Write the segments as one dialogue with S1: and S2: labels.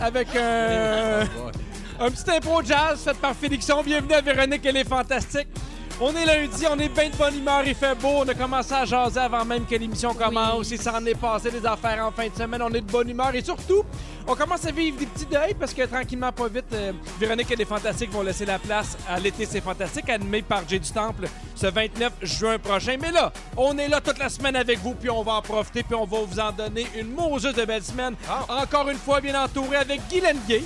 S1: avec euh, un petit impro jazz fait par Félixon. Bienvenue à Véronique, elle est fantastique. On est lundi, on est bien de bonne humeur, il fait beau. On a commencé à jaser avant même que l'émission commence. Il s'en est passé des affaires en fin de semaine. On est de bonne humeur et surtout, on commence à vivre des petits deuils parce que tranquillement, pas vite, euh, Véronique et les Fantastiques vont laisser la place à l'été C'est Fantastique, animé par Jay du Temple ce 29 juin prochain. Mais là, on est là toute la semaine avec vous, puis on va en profiter, puis on va vous en donner une mauseuse de belle semaine. Encore une fois, bien entouré avec Guy Lenguet,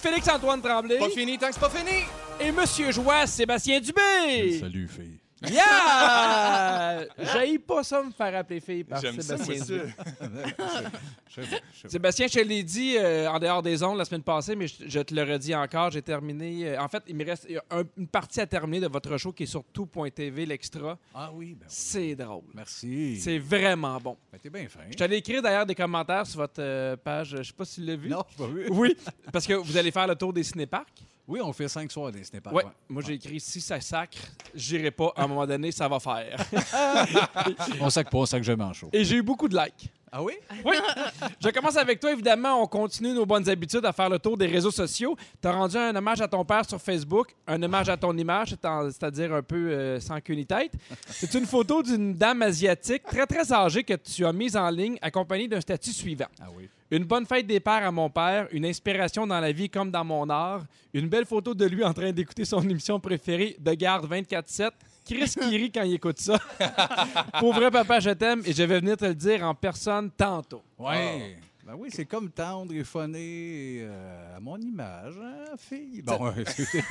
S1: Félix-Antoine Tremblay
S2: Pas fini tant que c'est pas fini!
S1: et Monsieur Joie Sébastien Dubé.
S3: Salut, fille.
S1: Yeah! J'ai pas ça me faire appeler fille par
S2: J'aime ça, moi,
S1: Ah, Sébastien
S2: ça.
S1: Dubé.
S3: Je sais pas, je sais pas.
S1: Sébastien, je te l'ai dit euh, en dehors des ondes la semaine passée, mais je, je te le redis encore. J'ai terminé. euh, en fait, il me reste il y a un- une partie à terminer de votre show qui est sur tout.tv, l'extra.
S3: Ah oui, ben oui.
S1: C'est drôle.
S3: Merci.
S1: C'est vraiment bon.
S3: Ben, t'es bien fin.
S1: Je t'allais écrire d'ailleurs des commentaires sur votre euh, page. Je sais pas si tu l'as vu.
S3: Non, j'ai pas vu.
S1: Oui, parce que vous allez faire le tour des cinéparcs.
S3: Oui, on fait cinq soirs des
S2: Ah,
S3: Snipers.
S1: Ouais. Moi, j'ai écrit si ça sacre, j'irai pas. À un moment donné, ça va faire.
S3: On sac pas, on sac jamais en chaud.
S1: Et j'ai eu beaucoup de likes.
S3: Ah oui?
S1: Oui. Je commence avec toi, évidemment. On continue nos bonnes habitudes à faire le tour des réseaux sociaux. Tu as rendu un hommage à ton père sur Facebook, un hommage à ton image, c'est en- c'est-à-dire un peu euh, sans queue ni tête. C'est une photo d'une dame asiatique très, très âgée que tu as mise en ligne, accompagnée d'un statut suivant.
S3: Ah oui.
S1: Une bonne fête des pères à mon père, une inspiration dans la vie comme dans mon art, une belle photo de lui en train d'écouter son émission préférée de garde 24-7. Chris qui rit quand il écoute ça. Pour vrai, papa, je t'aime et je vais venir te le dire en personne tantôt.
S3: Ouais. Ben oui, c'est comme tendre et phoné euh, à mon image, hein, fille? Bon, euh, c'est-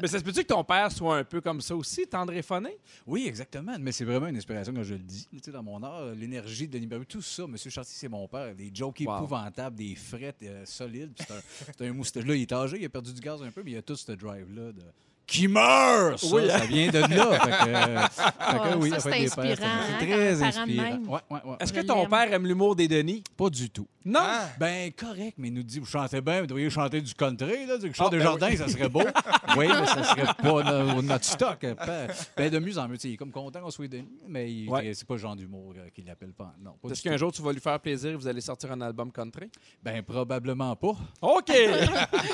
S1: Mais ça se peut-tu que ton père soit un peu comme ça aussi, tendre et phoné?
S3: oui, exactement. Mais c'est vraiment une inspiration quand je le dis. Tu sais, dans mon art, l'énergie de l'animal, tout ça. Monsieur Chartier, c'est mon père. Des jokes
S1: Wow.
S3: épouvantables, des frettes euh, solides. puis C'est un, c'est un moustache. Là, il est âgé, il a perdu du gaz un peu, mais il a tout ce drive-là de. Qui meurt! Ça,
S1: Oui.
S3: ça vient de là. Fait que, euh, fait que
S4: Ah,
S3: oui,
S4: ça,
S3: la fête
S4: c'est
S3: des pères,
S4: inspirant, hein,
S3: C'est
S4: quand les
S3: très
S4: parents de
S3: inspirant.
S4: même.
S3: Ouais, ouais, ouais.
S1: Est-ce
S4: Je
S1: que ton
S4: l'aime.
S1: père aime l'humour des Denis?
S3: Pas du tout.
S1: Non!
S2: Ah!
S3: Ben, correct, mais il nous dit, vous chantez bien, vous devriez chanter du country, là, du chant
S1: Ah, ben
S3: de jardin, ça serait beau. oui, mais ça serait pas no- notre stock. Ben, ben, de mieux en mieux, tu sais, il est comme content qu'on soit Denis, mais il-
S1: Ouais.
S3: c'est pas le genre d'humour euh, qu'il l'appelle pas. Non, pas
S1: Est-ce
S3: du
S1: qu'un
S3: tout.
S1: jour tu vas lui faire plaisir et vous allez sortir un album country?
S3: Ben, probablement pas.
S1: OK!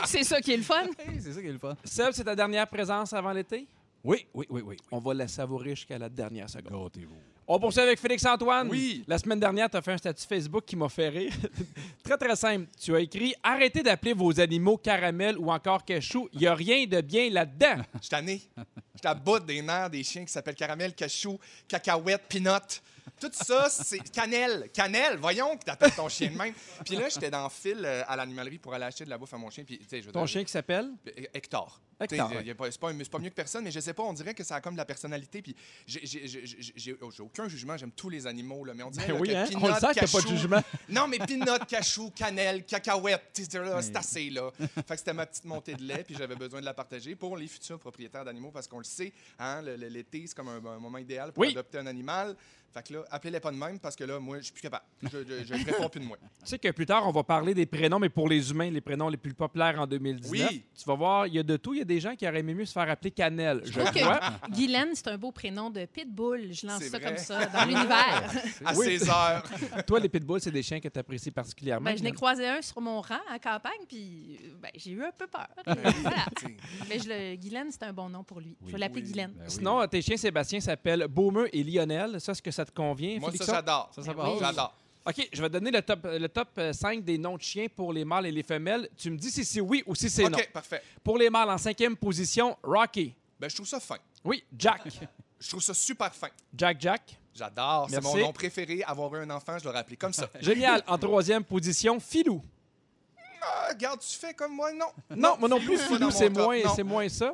S4: C'est ça qui est le fun.
S3: Hey, c'est ça qui est le fun.
S1: Seb, c'est ta dernière présence avant l'été?
S3: Oui, oui, oui, oui.
S1: On va la savourer jusqu'à la dernière seconde.
S3: Gâtez-vous.
S1: On poursuit avec Félix-Antoine.
S2: Oui.
S1: La semaine dernière, tu as fait un statut Facebook qui m'a fait rire. très, très simple. Tu as écrit Arrêtez d'appeler vos animaux caramel ou encore cachou. Il n'y a rien de bien là-dedans.
S2: Je suis tanné. Je la botte des nerfs des chiens qui s'appellent caramel, cachou, cacahuète, peanut. Tout ça, c'est cannelle. Cannelle, voyons que t'appelles ton chien de même. Puis là, j'étais dans le fil euh, à l'animalerie pour aller acheter de la bouffe à mon chien. Puis, tu sais, je veux
S1: Ton
S2: dire,
S1: chien qui s'appelle
S2: Euh, Hector.
S1: Hector,
S2: T'sais,
S1: ouais.
S2: y a pas- C'est pas, un- c'est pas mieux que personne, mais je sais pas, on dirait que ça a comme de la personnalité. Puis j'ai- j'ai j'ai- j'ai- j'ai- oh, j'ai aucun jugement, j'aime tous les animaux, là, mais on dirait
S1: Ben
S2: là,
S1: oui,
S2: que
S1: hein?
S2: Peanut,
S1: On le sent que t'as pas de
S2: Cachou-
S1: jugement.
S2: Non, mais peanut, cachou, cannelle, cacahuète, t'sais, c'est là,
S1: Hmm.
S2: c'est assez, là. Fait que c'était ma petite montée de lait, puis j'avais besoin de la partager pour les futurs propriétaires d'animaux, parce qu'on le sait, hein, le- le- l'été, c'est comme un, un moment idéal pour
S1: Oui.
S2: adopter un animal. Fait que là, appelez-les pas de même, parce que là, moi, je suis plus capable. Je, je, je réponds plus de moi.
S1: Tu sais que plus tard, on va parler des prénoms, mais pour les humains, les prénoms les plus populaires en 2019.
S2: Oui.
S1: Tu vas voir, il y a de tout. Il y a des gens qui auraient aimé mieux se faire appeler Cannelle.
S4: Je
S1: Je
S4: trouve
S1: crois.
S4: que Guylaine, c'est un beau prénom de Pitbull. Je lance
S2: C'est
S4: ça
S2: vrai.
S4: comme ça dans l'univers.
S2: À
S1: Oui.
S2: 16 heures.
S1: Toi, les pitbulls, c'est des chiens que tu apprécies particulièrement.
S4: Ben, je n'ai croisé un sur mon rang à campagne, puis euh, ben, j'ai eu un peu peur. Voilà.
S2: T'sais,
S4: Mais je le... Guylaine, c'est un bon nom pour lui. Je
S3: Oui.
S4: vais l'appeler
S2: Oui.
S4: Guylaine.
S3: Ben oui.
S1: Sinon, euh, tes chiens, Sébastien, s'appellent Beaumeux et Lionel. Ça, est-ce que ça te convient,
S2: Moi, ça,
S1: Félixon?
S2: j'adore.
S1: Ça, ça
S4: va. Ben Oui.
S2: J'adore.
S1: OK, je vais donner le top, le top euh, 5 des noms de chiens pour les mâles et les femelles. Tu me dis si c'est oui ou si c'est non.
S2: OK, parfait.
S1: Pour les mâles, en cinquième position, Rocky.
S2: Ben, je trouve ça fin.
S1: Oui, Jack.
S2: Je trouve ça super fin.
S1: Jack, Jack.
S2: J'adore. C'est
S1: Merci.
S2: mon nom préféré. Avoir eu un enfant, je l'aurais appelé comme ça.
S1: Génial. En troisième position, Filou.
S2: Ah, regarde, tu fais comme moi. Non.
S1: Non, moi non plus,
S2: Filou,
S1: Filou,
S2: c'est
S1: c'est
S2: dans mon
S1: moins,
S2: top. Non.
S1: c'est moins ça.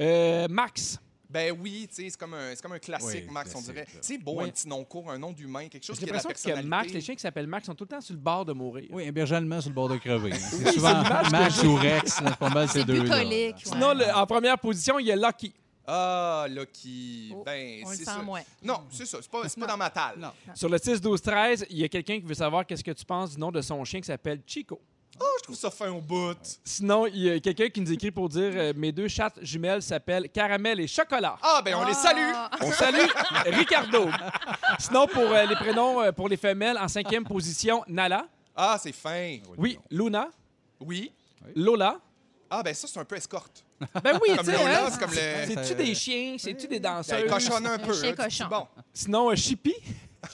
S1: Euh, Max.
S2: Ben oui, tu sais, c'est comme, un- c'est comme un classique,
S3: Oui,
S2: Max, on
S3: classique,
S2: dirait.
S3: là.
S2: C'est beau,
S1: Oui.
S2: un petit nom court, un nom d'humain, quelque chose
S1: J'ai
S2: qui a de la
S1: l'impression que
S2: personnalité.
S1: Max, les chiens qui s'appellent Max sont tout le temps sur le bord de mourir.
S3: Oui, un berger allemand sur le bord de crever. hein. C'est souvent Max ou Rex, là, c'est pas mal ces
S4: C'est
S3: deux-là.
S4: bucolique. ouais.
S1: Sinon, le- en première position, il y a Lucky.
S2: Ah, Lucky.
S4: Oh,
S2: ben,
S4: on le
S2: c'est
S4: sent
S2: ça.
S4: moins.
S2: Non, c'est ça. C'est pas, c'est pas dans ma taille.
S3: Non.
S1: Sur le 6, 12, 13, il y a quelqu'un qui veut savoir qu'est-ce que tu penses du nom de son chien qui s'appelle Chico.
S2: Oh, je trouve ça fin au bout.
S1: Sinon, il y a quelqu'un qui nous écrit pour dire euh, mes deux chattes jumelles s'appellent Caramel et Chocolat.
S2: Ah, ben, on les salue.
S4: Ah.
S1: On salue Ricardo. Sinon, pour euh, les prénoms euh, pour les femelles, en cinquième position, Nala.
S2: Ah, c'est fin.
S1: Oui, Luna,
S2: Oui.
S1: Lola.
S2: Ah, ben ça, c'est un peu escorte.
S1: Ben oui, tu
S2: Comme
S1: sais,
S2: Lola,
S1: hein?
S2: c'est comme le.
S1: C'est-tu des chiens? C'est-tu des danseurs?
S2: Elle cochonne un
S4: Un
S2: peu.
S4: chien
S2: hein, tu dis,
S4: cochon.
S2: Bon.
S1: Sinon, euh, Chippy.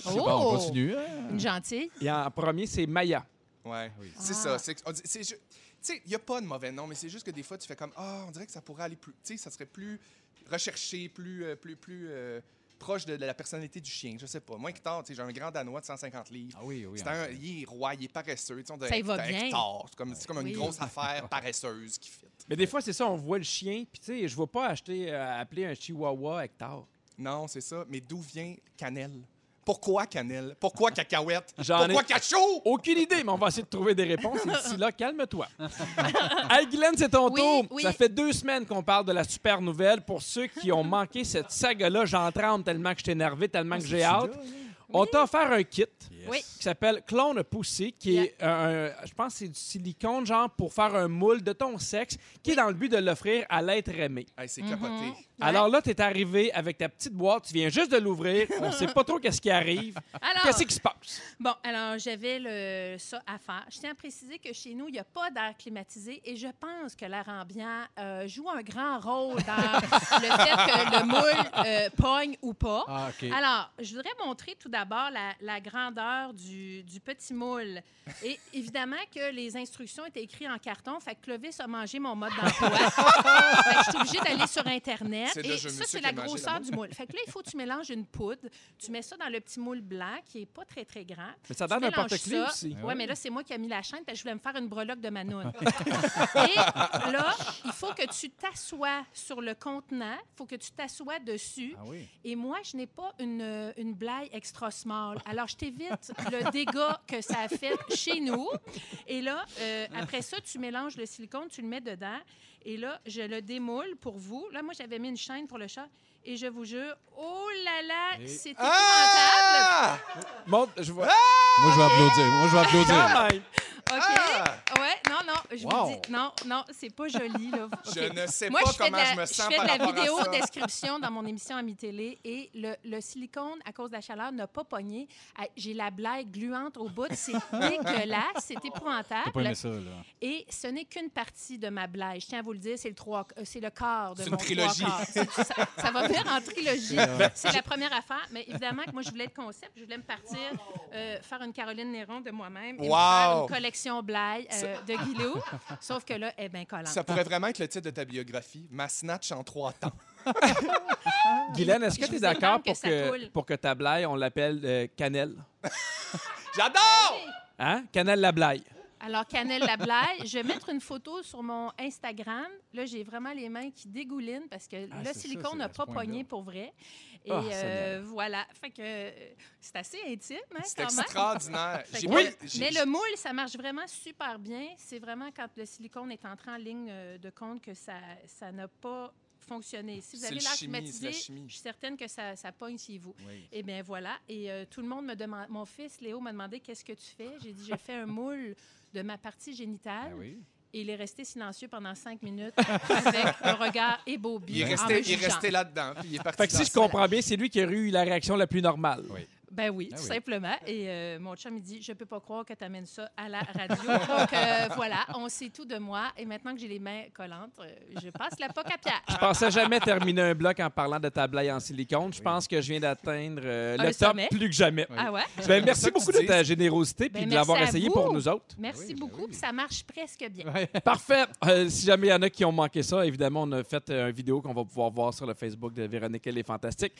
S3: C'est bon, on continue. hein?
S4: Oh! Une gentille.
S1: Et en premier, c'est Maya.
S2: Ouais, c'est
S4: Ah.
S2: ça. c'est que- on dit- c'est ju- Tu sais, il n'y a pas de mauvais nom, mais c'est juste que des fois, tu fais comme Ah, on dirait que ça pourrait aller plus. Tu sais, ça serait plus recherché, plus, euh, plus, plus euh, proche de, de la personnalité du chien. Je sais pas. Moi, Hector, tu sais, j'ai un grand Danois de 150 livres.
S3: Ah oui, oui.
S2: C'est un, il est roi, il est paresseux. Tu sais, on dirait
S4: Ça y
S2: que
S4: va
S2: c'est un
S4: bien.
S2: Hector. C'est comme, c'est comme
S4: Oui.
S2: une grosse affaire paresseuse qui fit.
S1: Mais des fois, c'est ça, on voit le chien, puis tu sais, je ne vais pas acheter, euh, appeler un chihuahua Hector.
S2: Non, c'est ça. Mais d'où vient cannelle? Pourquoi cannelle? Pourquoi cacahuète?
S1: J'en ai- Oh!
S2: Pourquoi cachot?
S1: Aucune idée, mais on va essayer de trouver des réponses. Et d'ici là, calme-toi. hey, Guylaine, c'est ton
S4: Oui,
S1: tour.
S4: oui.
S1: Ça fait deux semaines qu'on parle de la super nouvelle. Pour ceux qui ont manqué cette saga-là, j'en tremble tellement que je t'ai énervé, tellement
S4: Ah,
S1: que j'ai hâte. On t'a offert un kit
S4: Oui.
S1: qui s'appelle Clone Pussy, qui est un, un- je pense que c'est du silicone, genre pour faire un moule de ton sexe, qui est dans le but de l'offrir à l'être aimé.
S2: Hey, c'est capoté.
S4: Mm-hmm.
S1: Alors là, t'es arrivé avec ta petite boîte, tu viens juste de l'ouvrir, on sait pas trop qu'est-ce qui arrive.
S4: Alors,
S1: Qu'est-ce qui se passe?
S4: bon, alors j'avais le, ça à faire. Je tiens à préciser que chez nous, il n'y a pas d'air climatisé et je pense que l'air ambiant euh, joue un grand rôle dans le fait que le moule euh, pogne ou pas.
S3: Ah, OK.
S4: Alors, je voudrais montrer tout d'abord la, la grandeur du, du petit moule. Et évidemment que les instructions étaient écrites en carton, fait que Clovis a mangé mon mode d'emploi. Fait que je suis obligée d'aller sur Internet.
S2: C'est le
S4: Et
S2: jeu
S4: ça, c'est
S2: monsieur qui
S4: la
S2: a mangé
S4: grosseur
S2: la
S4: du moule. Fait que là, il faut que tu mélanges une poudre, tu mets ça dans le petit moule blanc qui n'est pas très, très grand.
S1: Mais ça
S4: Tu
S1: donne un
S4: mélanges
S1: porte-clés
S4: ça.
S1: aussi.
S4: Ouais, mais là, c'est moi qui ai mis la chaîne parce que je voulais me faire une breloque de Manoune. Et là, il faut que tu t'assoies sur le contenant, il faut que tu t'assoies dessus.
S3: Ah oui.
S4: Et moi, je n'ai pas une, une blague extra small. Alors, je t'évite le dégât que ça a fait chez nous. Et là, euh, après ça, tu mélanges le silicone, tu le mets dedans. Et là, je le démoule pour vous. Là, moi, j'avais mis une chaîne pour le chat. Et je vous jure, oh là là,
S3: Et-
S4: c'est épouvantable.
S2: Ah!
S1: Montre, je vois.
S3: Moi, je vais applaudir. Moi, je vais applaudir.
S1: Quand même.
S4: OK. Ouais, non, non, je
S3: Ah! Wow.
S4: vous dis, non, non, c'est pas joli, là.
S2: Je
S4: OK.
S2: ne sais
S4: Moi,
S2: pas
S4: je fais de
S2: comment
S4: la,
S2: je me sens
S4: fais
S2: par
S4: de la
S2: rapport
S4: vidéo
S2: à ça.
S4: description dans mon émission à mi-télé et le, le silicone, à cause de la chaleur, n'a pas pogné. Ah, J'ai la blague gluante au bout. C'est dégueulasse. C'est
S3: T'as pas aimé
S4: épouvantable.
S3: ça, là.
S4: Et ce n'est qu'une partie de ma blague. Je tiens à vous le dire, c'est le, trois, euh, c'est le quart de
S2: C'est une
S4: mon
S2: trilogie.
S4: trois quarts. C'est- Ça, ça va venir en trilogie. C'est la première affaire. Mais évidemment que moi, je voulais être concept. Je voulais me partir, euh, faire une Caroline Néron de moi-même et me
S2: Wow.
S4: faire une collection blague euh, de Guilou. Sauf que là, eh ben, elle est bien collante.
S2: Ça pourrait vraiment être le titre de ta biographie, Ma snatch en trois temps.
S1: Guylaine, est-ce que
S4: Je
S1: tu es
S4: vous
S1: d'accord
S4: demande que
S1: pour
S4: ça
S1: que,
S4: coule.
S1: pour que ta blague, on l'appelle euh, Cannelle?
S2: J'adore!
S1: Hein? Cannelle la blague.
S4: Alors, Cannelle la blague, je vais mettre une photo sur mon Instagram. Là, j'ai vraiment les mains qui dégoulinent parce que
S3: Ah,
S4: le
S3: c'est ça, c'est
S4: silicone n'a
S3: à ce
S4: pas
S3: point-là.
S4: pogné pour vrai. Et
S1: Ah,
S4: euh,
S1: Seigneur.
S4: voilà. Fait que euh, c'est assez intime, hein,
S2: C'est
S4: quand même.
S2: extraordinaire.
S4: Fait
S2: J'ai
S4: que- euh,
S2: pas- j'ai-
S4: Mais le moule, ça marche vraiment super bien. C'est vraiment quand le silicone est entré en ligne euh, de compte que ça ça n'a pas fonctionné. Si vous
S2: C'est
S4: avez
S2: le
S4: l'air
S2: chimie, c'est la
S4: climatisé,
S2: chimie.
S4: je suis certaine que ça, ça pogne chez vous.
S3: Oui.
S4: Eh bien, voilà. Et euh, tout le monde me demande. Mon fils, Léo, m'a demandé qu'est-ce que tu fais. J'ai dit, je fais un moule de ma partie génitale.
S3: Ben oui.
S4: Et il est resté silencieux pendant cinq minutes avec un regard ébaubi.
S2: il est
S4: en
S2: resté,
S4: me
S2: il est
S4: jugeant.
S2: resté là-dedans, puis il est parti.
S1: Fait que si
S2: dans-
S1: je comprends bien, c'est lui qui a eu la réaction la plus normale.
S3: Oui.
S4: Ben oui,
S3: Ah
S4: tout
S3: oui.
S4: simplement. Et euh, mon chum, il dit Je peux pas croire que tu amènes ça à la radio. Donc euh, voilà, on sait tout de moi. Et maintenant que j'ai les mains collantes, euh, je passe la poque à Pierre.
S1: Je pensais jamais terminer un bloc en parlant de ta blague en silicone. Je pense que je viens d'atteindre euh,
S4: Ah,
S1: le
S4: le
S1: top
S4: sommet?
S1: plus que jamais.
S4: Ah ouais?
S1: Ben, merci
S2: ça que
S1: beaucoup
S2: tu
S1: de ta générosité
S4: Ben,
S1: puis de
S4: merci
S1: l'avoir
S4: à
S1: essayé
S4: vous.
S1: pour nous autres.
S4: Merci
S3: Oui, ben
S4: beaucoup.
S3: oui.
S4: puis ça marche presque bien.
S1: Parfait. Euh, si jamais il y en a qui ont manqué ça, évidemment, on a fait euh, une vidéo qu'on va pouvoir voir sur le Facebook de Véronique Elle est fantastique.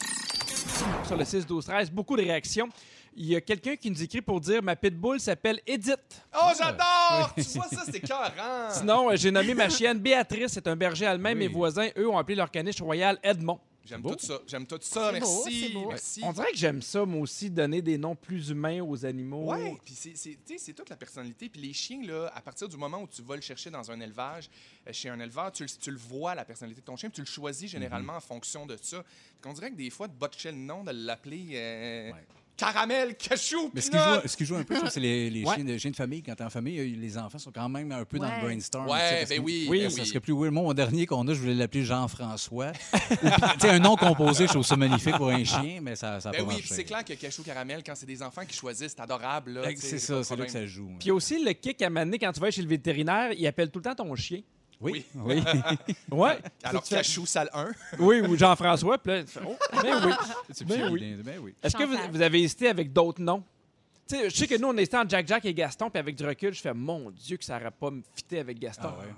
S1: Sur le 6 12 13, beaucoup de réactions. Il y a quelqu'un qui nous écrit pour dire ma pitbull s'appelle Edith.
S2: Oh, j'adore! Tu vois, ça, c'est écœurant.
S1: Sinon, euh, j'ai nommé ma chienne Béatrice, c'est un berger allemand.
S3: Oui.
S1: Mes voisins, eux, ont appelé leur caniche royal Edmond.
S2: J'aime
S3: beau.
S2: tout ça. J'aime tout ça.
S4: C'est beau,
S2: Merci.
S4: c'est beau.
S2: Merci.
S1: On dirait que j'aime ça, moi aussi, donner des noms plus humains aux animaux.
S3: Oh.
S2: Ouais, puis c'est- c'est tu sais, c'est toute la personnalité. Puis les chiens, là, à partir du moment où tu vas le chercher dans un élevage, euh, chez un éleveur, tu, le- tu le vois, la personnalité de ton chien, puis tu le
S3: Mm-hmm.
S2: choisis généralement en fonction de ça. On dirait que des fois, de botcher le nom, de l'appeler euh,
S3: Ouais.
S2: caramel, cachou,
S3: Mais ce qui,
S2: pinot.
S3: joue, ce qui joue un peu, je trouve, c'est les, les
S2: Ouais.
S3: chiens, de, chiens de famille. Quand t'es en famille, euh, les enfants sont quand même un peu dans
S4: Ouais.
S3: le brainstorm. tu
S2: Ouais,
S3: sais, parce
S2: ben
S3: que-
S2: oui,
S3: Oui,
S2: ben
S3: ça
S2: oui.
S3: serait plus weird. Moi, mon dernier qu'on a, je voulais l'appeler Jean-François. Ou, tu sais, un nom composé, je trouve ça magnifique pour un chien, mais ça n'a
S2: Ben
S3: pas
S2: oui,
S3: marché.
S2: puis c'est clair que cachou caramel, quand c'est des enfants qui choisissent, c'est adorable. là,
S3: Fait que
S2: tu sais,
S3: Ben, C'est
S2: pas
S3: ça,
S2: de
S3: c'est là que
S2: problème.
S3: ça joue. hein.
S1: Puis aussi, le kick à maner, quand tu vas chez le vétérinaire, il appelle tout le temps ton chien.
S3: Oui, oui.
S1: Ouais.
S2: Alors,
S1: Tu fais-
S2: cachou, sale 1.
S1: Oui, ou Jean-François. Puis là, tu fais, oh, ben oui.
S3: C'est
S1: Ben oui.
S3: bien, ben oui.
S1: Est-ce que vous,
S4: Chantal.
S1: vous avez hésité avec d'autres noms? Tu sais, je sais que nous, on était en Jack Jack et Gaston, puis avec du recul, je fais mon Dieu que ça n'aurait pas me fité avec Gaston.
S3: Ah ouais.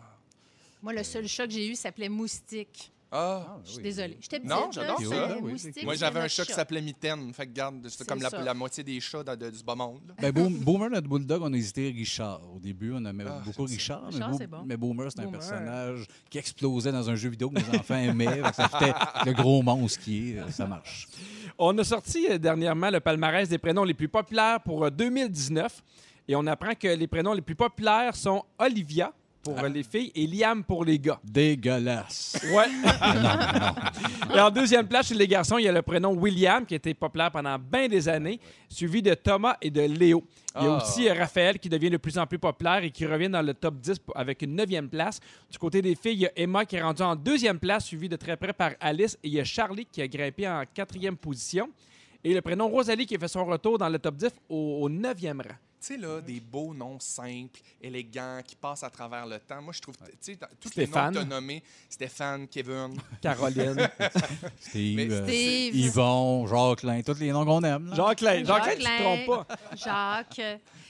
S4: Moi, le seul chat que j'ai eu s'appelait Moustique.
S2: Ah.
S3: Ah,
S4: Je suis
S3: oui.
S4: désolée. J'étais petite.
S2: Non,
S4: là,
S2: j'adore
S4: c'est
S2: ça.
S4: le
S3: Oui, oui,
S4: Moustique,
S3: c'est-
S2: Moi,
S4: c'est
S2: j'avais un
S4: notre
S2: chat qui s'appelait Mitaine. Fait que, garde, c'est
S4: C'est
S2: comme la,
S4: ça.
S2: la moitié des chats de- de- du bas monde.
S3: Ben, Boom- Boomer, notre bulldog, on a hésité Richard. Au début, on aimait
S2: Ah,
S3: beaucoup
S2: j'aime
S3: Richard, mais,
S4: Richard,
S3: Boom-
S4: c'est bon.
S3: mais Boomer, c'est un
S4: Boomer.
S3: personnage qui explosait dans un jeu vidéo que les enfants aimaient. Fait que ça fitait le gros monstre qui est. euh, Ça marche.
S1: On a sorti euh, dernièrement le palmarès des prénoms les plus populaires pour euh, 2019, et on apprend que les prénoms les plus populaires sont Olivia pour
S3: Ah.
S1: euh, les filles et Liam pour les gars.
S3: Dégueulasse.
S1: Ouais. Et en deuxième place, chez les garçons, il y a le prénom William, qui était populaire pendant bien des années, suivi de Thomas et de Léo. Il y a
S2: Ah.
S1: aussi euh, Raphaël, qui devient de plus en plus populaire et qui revient dans le top 10 p- avec une neuvième place. Du côté des filles, il y a Emma qui est rendue en deuxième place, suivie de très près par Alice. Et il y a Charlie qui a grimpé en quatrième position. Et le prénom Rosalie qui a fait son retour dans le top 10 au, au neuvième rang.
S2: Tu sais, là, des beaux noms simples, élégants, qui passent à travers le temps. Moi, je trouve, tu sais, dans- tous les noms
S1: Stéphane.
S2: que tu as nommés, Stéphane, Kevin,
S1: Caroline.
S3: Steve,
S2: Mais
S3: euh,
S4: Steve.
S3: Yvon, Jacqueline, tous les noms qu'on aime. là.
S1: Jean-Claude. Jean-Claude, tu
S4: Jacqueline.
S1: te trompes pas.
S4: Jacques.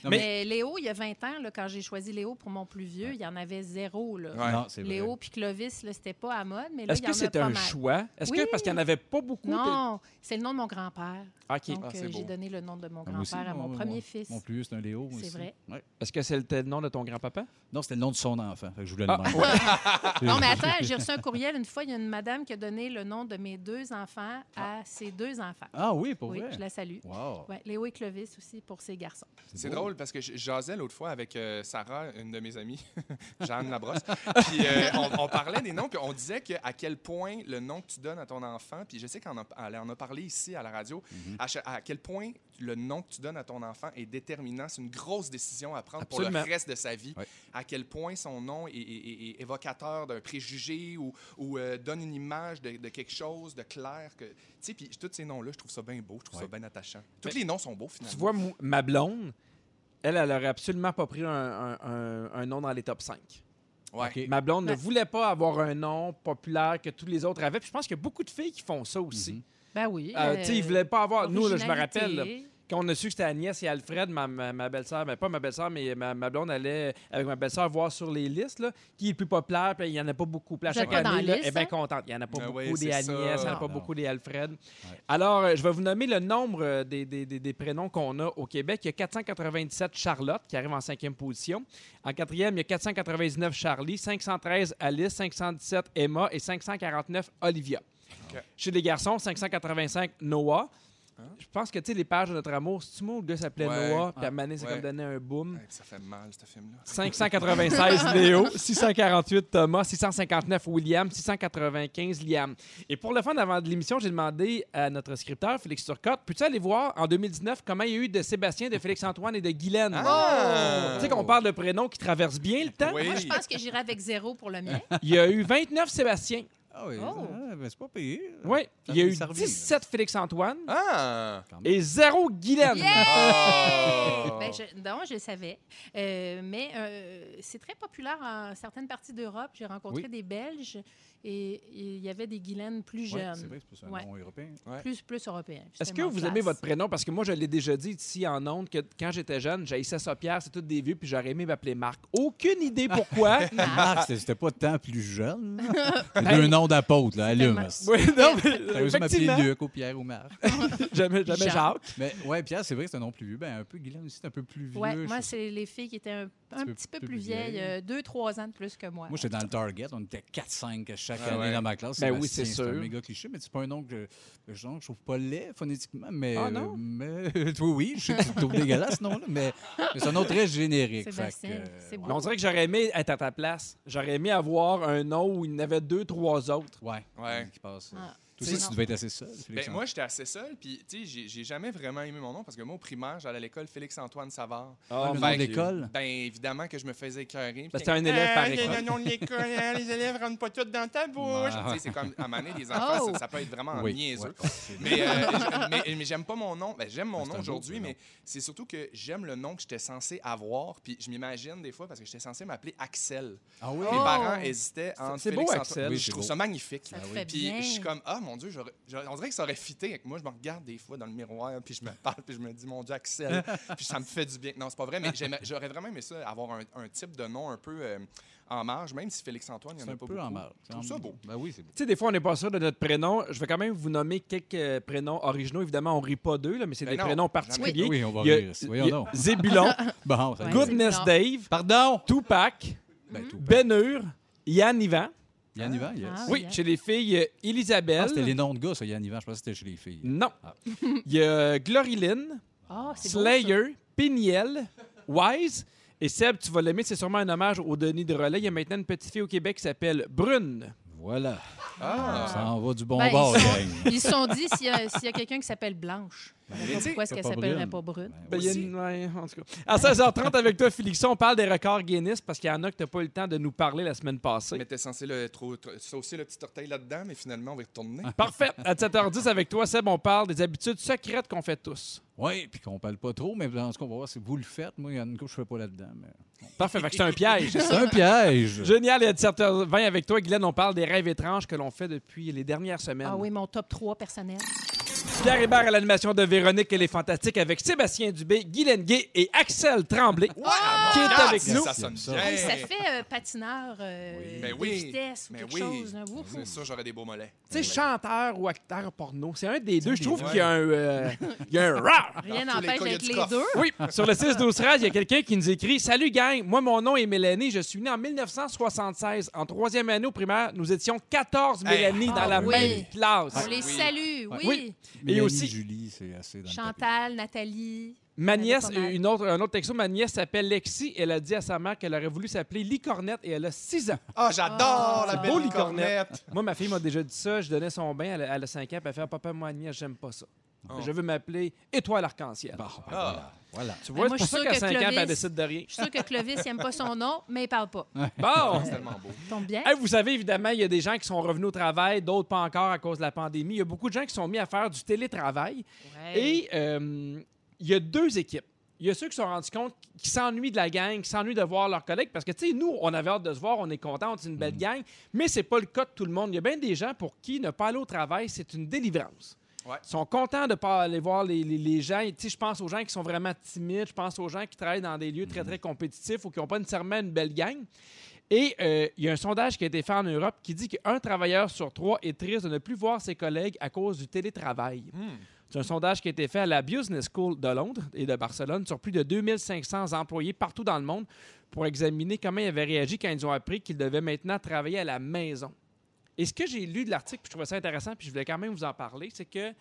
S3: Non,
S4: euh, mais...
S3: mais-
S4: Léo, il y a 20 ans, là, quand j'ai choisi Léo pour mon plus vieux, il y en avait zéro. Là.
S2: Ouais.
S3: Non, c'est vrai.
S4: Léo puis Clovis, là, c'était pas à mode, mais là,
S1: Est-ce
S4: il y en
S1: que
S4: a
S1: c'était
S4: pas
S1: un
S4: mal.
S1: choix? Est-ce
S4: Oui.
S1: que parce qu'il n'y en avait pas beaucoup?
S4: Non, c'est le nom de mon grand-père.
S1: t'es- OK.
S4: Donc,
S2: Ah, c'est
S4: euh,
S2: beau.
S4: j'ai donné le nom de mon
S3: Ah, moi aussi,
S4: grand-père à mon, premier fils.
S3: Mon plus vieux, c'est un Léo.
S4: C'est
S3: aussi.
S4: vrai.
S3: Ouais.
S1: Est-ce que c'était le nom de ton grand-papa?
S3: Non, c'était le nom de son enfant. Fait que je voulais le même.
S4: Ah. Non, mais attends, j'ai reçu un courriel une fois. Il y a une madame qui a donné le nom de mes deux enfants à ses deux enfants.
S3: Ah oui, pour
S4: Oui,
S3: vrai.
S4: je la salue.
S3: Wow.
S4: Ouais, Léo et Clovis aussi pour ses garçons.
S2: C'est
S3: beau.
S2: drôle parce que je jasais l'autre fois avec euh, Sarah, une de mes amies, Jeanne Labrosse. puis euh, on, on parlait des noms, puis on disait que à quel point le nom que tu donnes à ton enfant, puis je sais qu'on en, elle en a parlé ici à la radio, à cha- à, quel point le nom que tu donnes à ton enfant est déterminant. C'est une grosse décision à prendre pour
S1: Absolument.
S2: le reste de sa vie.
S3: Ouais.
S2: À quel point son nom est, est- est- est évocateur d'un préjugé ou, ou, euh, donne une image de, de quelque chose de clair. Que, tu sais, puis tous ces noms-là, je trouve ça bien beau, je trouve
S3: Ouais.
S2: ça bien attachant. Tous les noms sont beaux finalement.
S1: Tu vois, mou- ma blonde, elle, elle aurait absolument pas pris un, un- un- un nom dans les top 5.
S2: Ouais.
S3: OK.
S1: Ma blonde
S4: Ouais.
S1: ne voulait pas avoir un nom populaire que tous les autres avaient. Puis je pense qu'il y a beaucoup de filles qui font ça aussi.
S4: Ben oui.
S1: Euh, tu sais, ils voulaient pas avoir. Nous, là, je me
S4: originalité.
S1: rappelle, là, quand on a su que c'était Agnès et Alfred, ma, ma, ma belle-sœur, mais pas ma belle-sœur, mais ma, ma blonde allait avec ma belle-sœur voir sur les listes là, qui est le plus populaire. Puis il n'y en a pas beaucoup. Puis à
S4: Vous êtes
S1: chaque
S4: pas dans
S1: année,
S4: la
S1: là,
S4: liste,
S1: elle est bien
S4: hein? Ah.
S1: contente. Il n'y en a pas
S2: Ah
S1: beaucoup
S2: ouais,
S1: des
S2: c'est ça.
S1: Agnès, il n'y en a
S2: Non.
S1: pas
S3: Non.
S1: beaucoup des Alfred. Alors, euh, je vais vous nommer le nombre euh, des, des- des- des prénoms qu'on a au Québec. Il y a 497 Charlotte qui arrive en cinquième position. En quatrième, il y a 499 Charlie, 513 Alice, 517 Emma et 549 Olivia.
S2: Ok. Hein?
S1: Chez les garçons, 585 Noah. Je pense que, tu sais, les pages de notre amour, c'est-tu moi où le gars s'appelait
S2: Ouais. Ah,
S1: Noah, puis à Mané, ça
S2: Ouais.
S1: comme donnait un boom.
S2: Ouais, puis ça fait mal, ce film-là.
S1: 596 Léo, 648 Thomas, 659 William, 695 Liam. Et pour le fun, avant de l'émission, j'ai demandé à notre scripteur, Félix Turcotte, peux-tu aller voir en 2019 comment il y a eu de Sébastien, de Félix-Antoine et de Guylaine?
S2: Ah!
S1: Tu sais qu'on parle de prénoms qui traversent bien le temps.
S2: Oui.
S4: Moi, je pense que j'irai avec zéro pour le mien.
S1: Il y a eu 29 Sébastien.
S3: Ah oui,
S4: Oh.
S3: ah, ben, c'est pas payé.
S1: Oui.
S3: Ça
S1: Il y a
S3: m'est
S1: eu
S3: servi, là.
S1: 17 Félix-Antoine
S2: Ah!
S1: et 0 Guylaine.
S4: Yeah!
S2: Oh!
S4: Ben, je- non, je savais. Euh, mais euh, c'est très populaire en certaines parties d'Europe. J'ai rencontré
S3: Oui.
S4: des Belges et et il y avait des Guilaines plus
S3: Ouais,
S4: jeunes,
S3: c'est vrai, c'est pour ça, un
S4: Ouais.
S3: nom européen.
S2: Ouais.
S4: plus, plus européens.
S1: Est-ce que vous aimez votre prénom? Parce que moi, je l'ai déjà dit ici en ondes que quand j'étais jeune, j'haïssais ça Pierre, c'est tous des vieux, puis j'aurais aimé m'appeler Marc. Aucune idée pourquoi.
S4: Ah,
S3: Ah, Marc, c'était- c'était pas tant plus jeune. là. C'est
S1: Hey.
S3: deux noms d'apôtre, là. Allume.
S4: tellement-
S3: hostie.
S1: oui, non,
S3: T'as
S1: mais
S3: osé m'appeler
S1: effectivement,
S3: Luc ou Pierre ou Marc.
S1: jamais, jamais
S4: Jacques.
S1: Jacques.
S3: Mais ouais, Pierre, c'est vrai que c'est un nom plus vieux. Ben, un peu, Guylaine aussi, c'est un peu plus Ah, vieux.
S4: Oui,
S3: Je-
S4: moi, c'est les filles qui étaient un, un
S3: peu-
S4: petit peu plus vieilles, euh, deux, trois ans de plus que moi.
S3: Moi, j'étais dans le Target. On était 4-5 chaque
S2: Ah
S3: année
S2: ouais.
S3: dans ma classe.
S1: Ben oui,
S3: Sébastien,
S1: c'est
S3: un
S1: sûr.
S3: méga cliché, mais c'est pas un nom que je, que je- je trouve pas laid phonétiquement. Mais, euh,
S1: Ah, non?
S3: mais- oui, oui, je sais que tu le trouves dégueulasse, ce nom-là, mais, mais c'est un nom très générique.
S4: Sébastien,
S3: fait que,
S4: c'est
S3: ouais.
S1: Mais on dirait que j'aurais aimé être à ta place. J'aurais aimé avoir un nom où il y en avait deux, trois autres.
S3: Ouais.
S2: Ouais.
S3: Qui passe. euh,
S4: Ah.
S3: Toi aussi, tu devais être assez seul,
S2: Ben,
S3: Félix.
S2: moi, j'étais assez seul, puis tu sais, j'ai- j'ai jamais vraiment aimé mon nom parce que moi, au primaire, j'allais à l'école Félix-Antoine Savard.
S3: Ah, le nom de
S2: fait que-
S3: l'école.
S2: Ben, évidemment que je me faisais écœurer.
S1: Parce que t'es un élève par
S2: il y a
S1: école.
S2: le nom Ah, de l'école, hein, les élèves rentrent pas toutes dans ta bouche.
S3: Ah.
S2: Tu sais, C'est comme, à un moment donné, les enfants,
S4: Oh.
S2: ça, ça peut être vraiment
S3: Oui,
S2: niaiseux.
S3: ouais, Oh, possible.
S2: Mais, euh, je- mais, mais j'aime pas mon nom. Ben, j'aime mon
S3: Ah, c'est un
S2: nom
S3: beau
S2: aujourd'hui,
S3: prénom.
S2: mais c'est surtout que j'aime le nom que j'étais censé avoir. Puis je m'imagine des fois, parce que j'étais censé m'appeler Axel.
S3: Ah oui?
S2: Mes
S4: Oh.
S2: parents hésitaient entre
S1: c'est beau,
S2: Félix-Antoine-
S1: Axel.
S3: Oui,
S2: je
S3: c'est
S2: trouve
S3: beau.
S2: ça magnifique.
S4: Ça te fait
S2: Ah Puis
S4: bien.
S2: je suis comme, ah mon Dieu, j'aurais- j'aurais- on dirait que ça aurait fité avec moi. Je me regarde des fois dans le miroir, puis je me parle, puis je me dis, mon Dieu, Axel. puis ça me fait du bien. Non, c'est pas vrai, mais j'aimerais- j'aurais vraiment aimé ça, avoir un, un type de nom un peu euh, en marge, même si Félix-Antoine, il n'y
S3: C'est
S2: en a
S3: un
S2: pas
S3: peu
S2: beaucoup.
S3: en marge.
S2: Je trouve ça beau.
S3: Ben oui, c'est beau.
S1: Tu sais, des fois, on n'est pas sûr de notre prénom. Je vais quand même vous nommer quelques euh, prénoms originaux. Évidemment, on rit pas d'eux, là, mais c'est
S2: Ben
S1: des
S2: non,
S1: prénoms
S2: jamais.
S1: particuliers.
S3: Ah Oui, on va
S1: Il y a-
S3: rire. Voyons
S1: il y a
S3: donc. Bah,
S1: Zébulon,
S3: Bon, ça
S4: Ouais.
S3: good.
S1: Goodness
S4: Zébulon.
S1: Dave,
S3: Pardon!
S1: Tupac,
S3: Ben, tout.
S1: Benur, Yann Yvan.
S3: Yann Yvan, yes.
S4: Ah,
S1: Oui,
S4: Yann.
S1: chez les filles, euh,
S3: Ah,
S1: Elisabelle.
S3: c'était Ah. les noms de gars, ça, Yann Yvan. Je pensais que c'était chez les filles.
S1: Non. Il y a euh, Glorylyn,
S4: Ah, c'est beau, ça.
S1: Slayer, Piniel, Wise. Et Seb, tu vas l'aimer, c'est sûrement un hommage au Denis de Relais. Il y a maintenant une petite fille au Québec qui s'appelle Brune.
S3: Voilà.
S2: Ah!
S3: Ça en va du bon
S4: Ben,
S3: bord,
S4: ils,
S3: gang.
S4: sont, ils se sont dit s'il y a, s'il y a quelqu'un qui s'appelle Blanche,
S2: tu sais,
S4: pourquoi est-ce
S3: c'est
S4: qu'elle
S3: pas
S4: s'appellerait
S3: brune.
S4: pas Brune?
S1: Ben, il y a
S2: Aussi.
S1: une- ouais, en tout cas. À 16h30 avec toi, Félixon, on parle des records Guinness parce qu'il y en a que t'as pas eu le temps de nous parler la semaine passée.
S2: Mais t'es censé le, trop, trop- saucer le petit orteil là-dedans, mais finalement, on va y retourner.
S1: Parfait. À 7h10 avec toi, Seb, on parle des habitudes secrètes qu'on fait tous.
S3: Oui, puis qu'on parle pas trop, mais en tout cas, on va voir si vous le faites. Moi, il y en a une couche, je fais pas là-dedans. mais-
S1: Parfait, fait que c'est un piège.
S3: C'est un piège.
S1: Génial, et à 17h20 avec toi, Guylaine, on parle des rêves étranges que l'on fait depuis les dernières semaines.
S4: Ah oui, mon top 3 personnel.
S1: Pierre Hébert à l'animation de Véronique et les Fantastiques avec Sébastien Dubé, Guylaine Gay et Axel Tremblay qui est
S2: Ah,
S1: avec
S2: si
S1: nous.
S2: Ça sonne
S3: Ça.
S2: bien.
S4: Hey, ça fait euh, patineur euh,
S3: Oui.
S2: Ben
S4: de
S2: oui.
S4: vitesse ou
S2: Mais
S4: quelque
S2: oui.
S4: chose. là. Ouf,
S2: C'est
S4: ouf.
S2: sûr, j'aurais des beaux mollets.
S1: Tu sais, chanteur ou acteur porno, c'est un des deux. Je trouve
S2: des-
S1: qu'il y a un, euh, il y a un rare.
S4: Rien
S2: Dans tous les
S4: n'empêche
S2: cas, il y a
S4: d'être
S2: du
S4: les
S2: coffre.
S4: deux.
S1: Oui, sur le 6-12 13, il y a quelqu'un qui nous écrit Salut, gang. Moi, mon nom est Mélanie. Je suis né en 1976. En troisième année au primaire, nous étions 14
S2: Hey.
S1: Mélanie dans
S4: Ah
S1: la
S4: oui.
S1: même classe.
S4: On les
S2: Oui.
S4: salue,
S3: Ouais.
S4: oui.
S1: Oui.
S3: Mélanie,
S1: aussi-
S3: Julie, c'est assez dans le tapis.
S4: Chantal, Nathalie.
S1: Ma
S4: Il y en a
S1: nièce,
S4: pas mal.
S1: une autre, un autre texto, ma nièce s'appelle Lexi. Elle a dit à sa mère qu'elle aurait voulu s'appeler Licornette et elle a 6 ans.
S2: Ah, j'adore la
S1: beau,
S2: belle
S1: les cornettes.
S2: licornette.
S1: Moi, ma fille m'a déjà dit ça. Je donnais son bain. Elle, a- elle a 5 ans. puis Elle a fait Ah, Papa, moi, nièce, j'aime pas ça.
S2: Oh.
S1: Je veux m'appeler Étoile Arc-en-Ciel.
S3: Ah. Bon, ben
S2: Ah.
S3: voilà.
S1: Tu
S4: Ben,
S1: vois, c'est pour
S4: moi, je suis
S1: ça
S4: sûre
S1: qu'à
S4: que
S1: 5 ans, puis elle
S4: Clovis-
S1: décide de rien. Ah,
S4: Je suis sûre que Clovis n'aime pas son nom, mais il parle pas.
S1: Bon!
S2: C'est tellement beau.
S4: Tombe bien.
S1: Hey, vous savez, évidemment, il y a des gens qui sont revenus au travail, d'autres pas encore à cause de la pandémie. Il y a beaucoup de gens qui sont mis à faire du télétravail.
S4: Ouais.
S1: Et euh, il y a deux équipes. Il y a ceux qui se sont rendus compte, qui s'ennuient de la gang, qui s'ennuient de voir leurs collègues. Parce que, tu sais, nous, on avait hâte de se voir, on est contents, c'est une belle gang. Mais c'est pas le cas de tout le monde. Il y a bien des gens pour qui ne pas aller au travail, c'est une délivrance.
S2: Ouais.
S1: Ils sont contents de ne pas aller voir les, les- les gens. Et, Tu sais, je pense aux gens qui sont vraiment timides. Je pense aux gens qui travaillent dans des lieux très, très compétitifs ou qui n'ont pas nécessairement une belle gang. Et euh, il y a un sondage qui a été fait en Europe qui dit qu'un travailleur sur trois est triste de ne plus voir ses collègues à cause du télétravail. C'est un sondage qui a été fait à la Business School de Londres et de Barcelone sur plus de 2500 employés partout dans le monde pour examiner comment ils avaient réagi quand ils ont appris qu'ils devaient maintenant travailler à la maison. Et ce que j'ai lu de l'article, puis je trouvais ça intéressant, puis je voulais quand même vous en parler, c'est que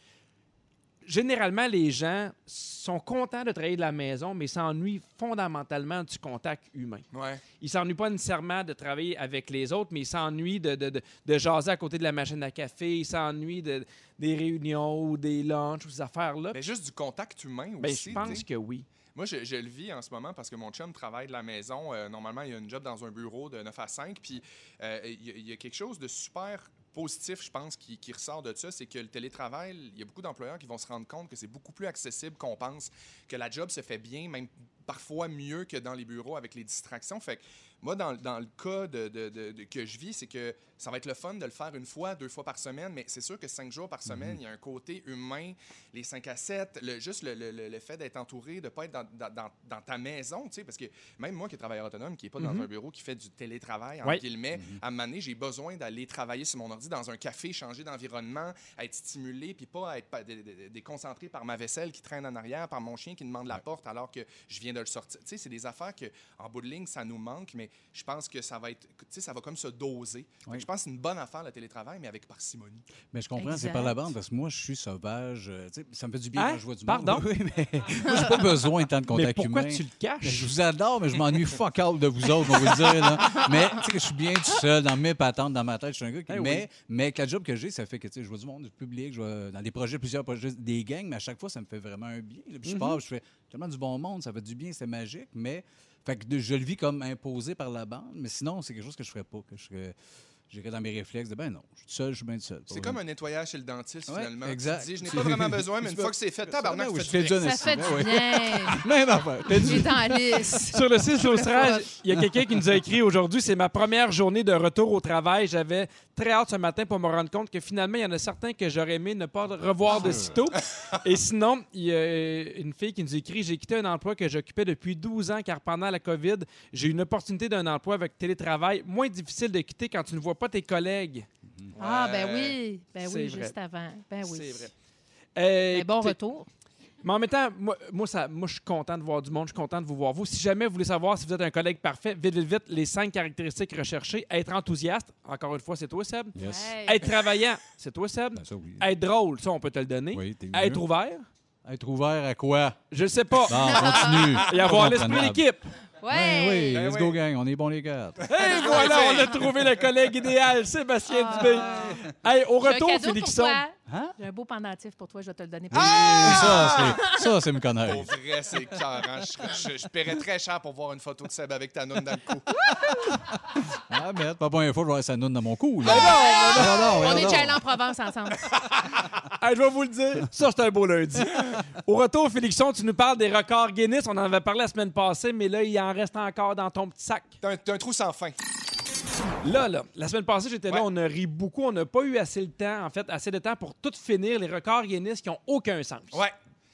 S1: généralement, les gens sont contents de travailler de la maison, mais s'ennuient fondamentalement du contact humain.
S2: Ouais.
S1: Ils s'ennuient pas nécessairement de travailler avec les autres, mais ils s'ennuient de, de, de, de jaser à côté de la machine à café, ils s'ennuient de, des réunions ou des lunchs ou ces affaires-là.
S2: Mais juste du contact humain
S1: Ben,
S2: aussi.
S1: je
S2: tu
S1: pense
S2: sais.
S1: que oui.
S2: Moi, je, je le vis en ce moment parce que mon chum travaille de la maison. Euh, normalement, il a une job dans un bureau de 9 à 5. Puis euh, il y, a- il y a quelque chose de super positif, je pense, qui, qui ressort de ça. C'est que le télétravail, il y a beaucoup d'employeurs qui vont se rendre compte que c'est beaucoup plus accessible qu'on pense, que la job se fait bien, même parfois mieux que dans les bureaux avec les distractions. Fait que moi, dans, dans le cas de, de- de- de- que je vis, c'est que ça va être le fun de le faire une fois, deux fois par semaine, mais c'est sûr que cinq jours par semaine, il y a un côté humain, les 5 à 7, le, juste le, le- le- le fait d'être entouré, de ne pas être dans, dans- dans- dans ta maison, tu sais, parce que même moi qui est travailleur autonome, qui n'est pas dans un bureau, qui fait du télétravail, entre
S1: Ouais.
S2: guillemets, à un moment donné, j'ai besoin d'aller travailler sur mon ordi dans un café, changer d'environnement, être stimulé, puis pas être pa- dé- dé- dé- déconcentré par ma vaisselle qui traîne en arrière, par mon chien qui demande la porte alors que je viens de le sortir. Tu sais, c'est des affaires que, en bout de ligne, ça nous manque, mais je pense que ça va être, tu sais, ça va comme se doser. Fait que
S3: Oui.
S2: Je pense que c'est une bonne affaire le télétravail, mais avec parcimonie.
S3: Mais je comprends, c'est par la
S4: Exact.
S3: bande, parce que moi, je suis sauvage. euh, tu sais, ça me fait du bien
S1: Hein?
S3: quand je vois du
S1: Pardon?
S3: monde. Oui, mais moi, j'ai pas besoin tant de
S1: Mais
S3: contact
S1: pourquoi
S3: humain.
S1: tu le
S3: Mais Je
S1: caches?
S3: vous adore, mais je m'ennuie fuck all de vous autres, on va vous le dire. Là. Mais tu sais, je suis bien tout seul dans mes patentes, dans ma tête. Je suis un gars qui.
S1: Eh oui.
S3: mais, mais avec la job que j'ai, ça fait que tu sais, je vois du monde, du public, je vois dans des projets, plusieurs projets, des gangs, mais à chaque fois, ça me fait vraiment un bien. là. Puis je pars, je fais tellement du bon monde, ça fait du bien, c'est magique. Mais fait que de- je le vis comme imposé par la bande, mais sinon, c'est quelque chose que je ferais pas. que je serais- J'irais dans mes réflexes de ben non, je suis tout seul, je suis bien tout seul.
S2: C'est comme un nettoyage chez le dentiste,
S3: Ouais,
S2: finalement.
S3: exact.
S2: Tu te dis, je n'ai
S3: Tu-
S2: pas vraiment besoin, mais
S3: tu
S2: une
S3: vas-
S2: fois que c'est fait, tabarnak,
S3: oui,
S2: je
S3: je
S2: fais
S3: te
S2: du Ben
S3: donne
S2: bien.
S4: Ça fait
S3: Ouais, ouais.
S4: du bien.
S3: Même affaire. T'as dit-
S4: J'ai dans la liste.
S1: Sur le 6 au 13, il y a quelqu'un qui nous a écrit aujourd'hui c'est ma première journée de retour au travail. J'avais très hâte ce matin pour me rendre compte que finalement, il y en a certains que j'aurais aimé ne pas revoir de sitôt. Et sinon, il y a euh, une fille qui nous écrit J'ai quitté un emploi que j'occupais depuis 12 ans car pendant la COVID, j'ai eu une opportunité d'un emploi avec télétravail. Moins difficile de quitter quand tu ne vois pas tes collègues.
S4: Ah,
S2: Ouais.
S4: ben oui. Ben oui,
S1: C'est
S4: juste avant. Ben oui.
S2: C'est vrai.
S1: Euh,
S4: Ben, bon
S1: écoutez,
S4: retour.
S1: Mais en même temps, moi, moi, ça, moi, je suis content de voir du monde, je suis content de vous voir. Vous, si jamais vous voulez savoir si vous êtes un collègue parfait, vite, vite, vite, les cinq caractéristiques recherchées être enthousiaste, encore une fois, c'est toi, Seb.
S3: Yes.
S4: Hey.
S1: Être travaillant, c'est toi, Seb.
S3: Ben, ça, oui.
S1: Être drôle, ça, on peut te le donner.
S3: Oui, t'es
S1: Être
S3: mieux.
S1: ouvert,
S3: Être ouvert à quoi?
S1: je sais pas.
S3: Bon, continue.
S1: Et avoir
S3: Comprenable.
S1: l'esprit d'équipe.
S3: Ben oui,
S4: Ouais.
S3: let's
S2: oui.
S3: go, gang. On est bons, les quatre.
S1: Et voilà, on a trouvé le collègue idéal, Sébastien
S4: Ah.
S1: Dubé. Hey, au
S4: J'ai un
S1: retour,
S4: cadeau pour
S1: Félixon.
S4: toi.
S3: Hein?
S4: J'ai un beau pendentif pour toi, je vais te le donner.
S3: Ah! Ça, c'est- ça, c'est me
S2: Pour
S3: connaître.
S2: vrai, c'est carrément. Je, je, je paierais très cher pour voir une photo de Seb avec ta noune dans le cou.
S3: Ah, merde, pas la première fois que je vais avoir sa noune dans mon cou. là. Ah,
S4: On
S3: Non,
S2: Ah,
S3: non, non,
S4: est
S3: non.
S4: déjà allé en Provence ensemble.
S1: Hey, je vais vous le dire, ça c'est un beau lundi. Au retour, Félixon, tu nous parles des records Guinness. On en avait parlé la semaine passée, mais là, il en reste encore dans ton petit sac.
S2: T'as un, t'as un trou sans fin.
S1: Là, là, la semaine passée, j'étais là,
S2: Ouais.
S1: on a ri beaucoup. On n'a pas eu assez de temps, en fait, assez de temps pour tout finir les records Guinness qui n'ont aucun sens.
S2: Ouais.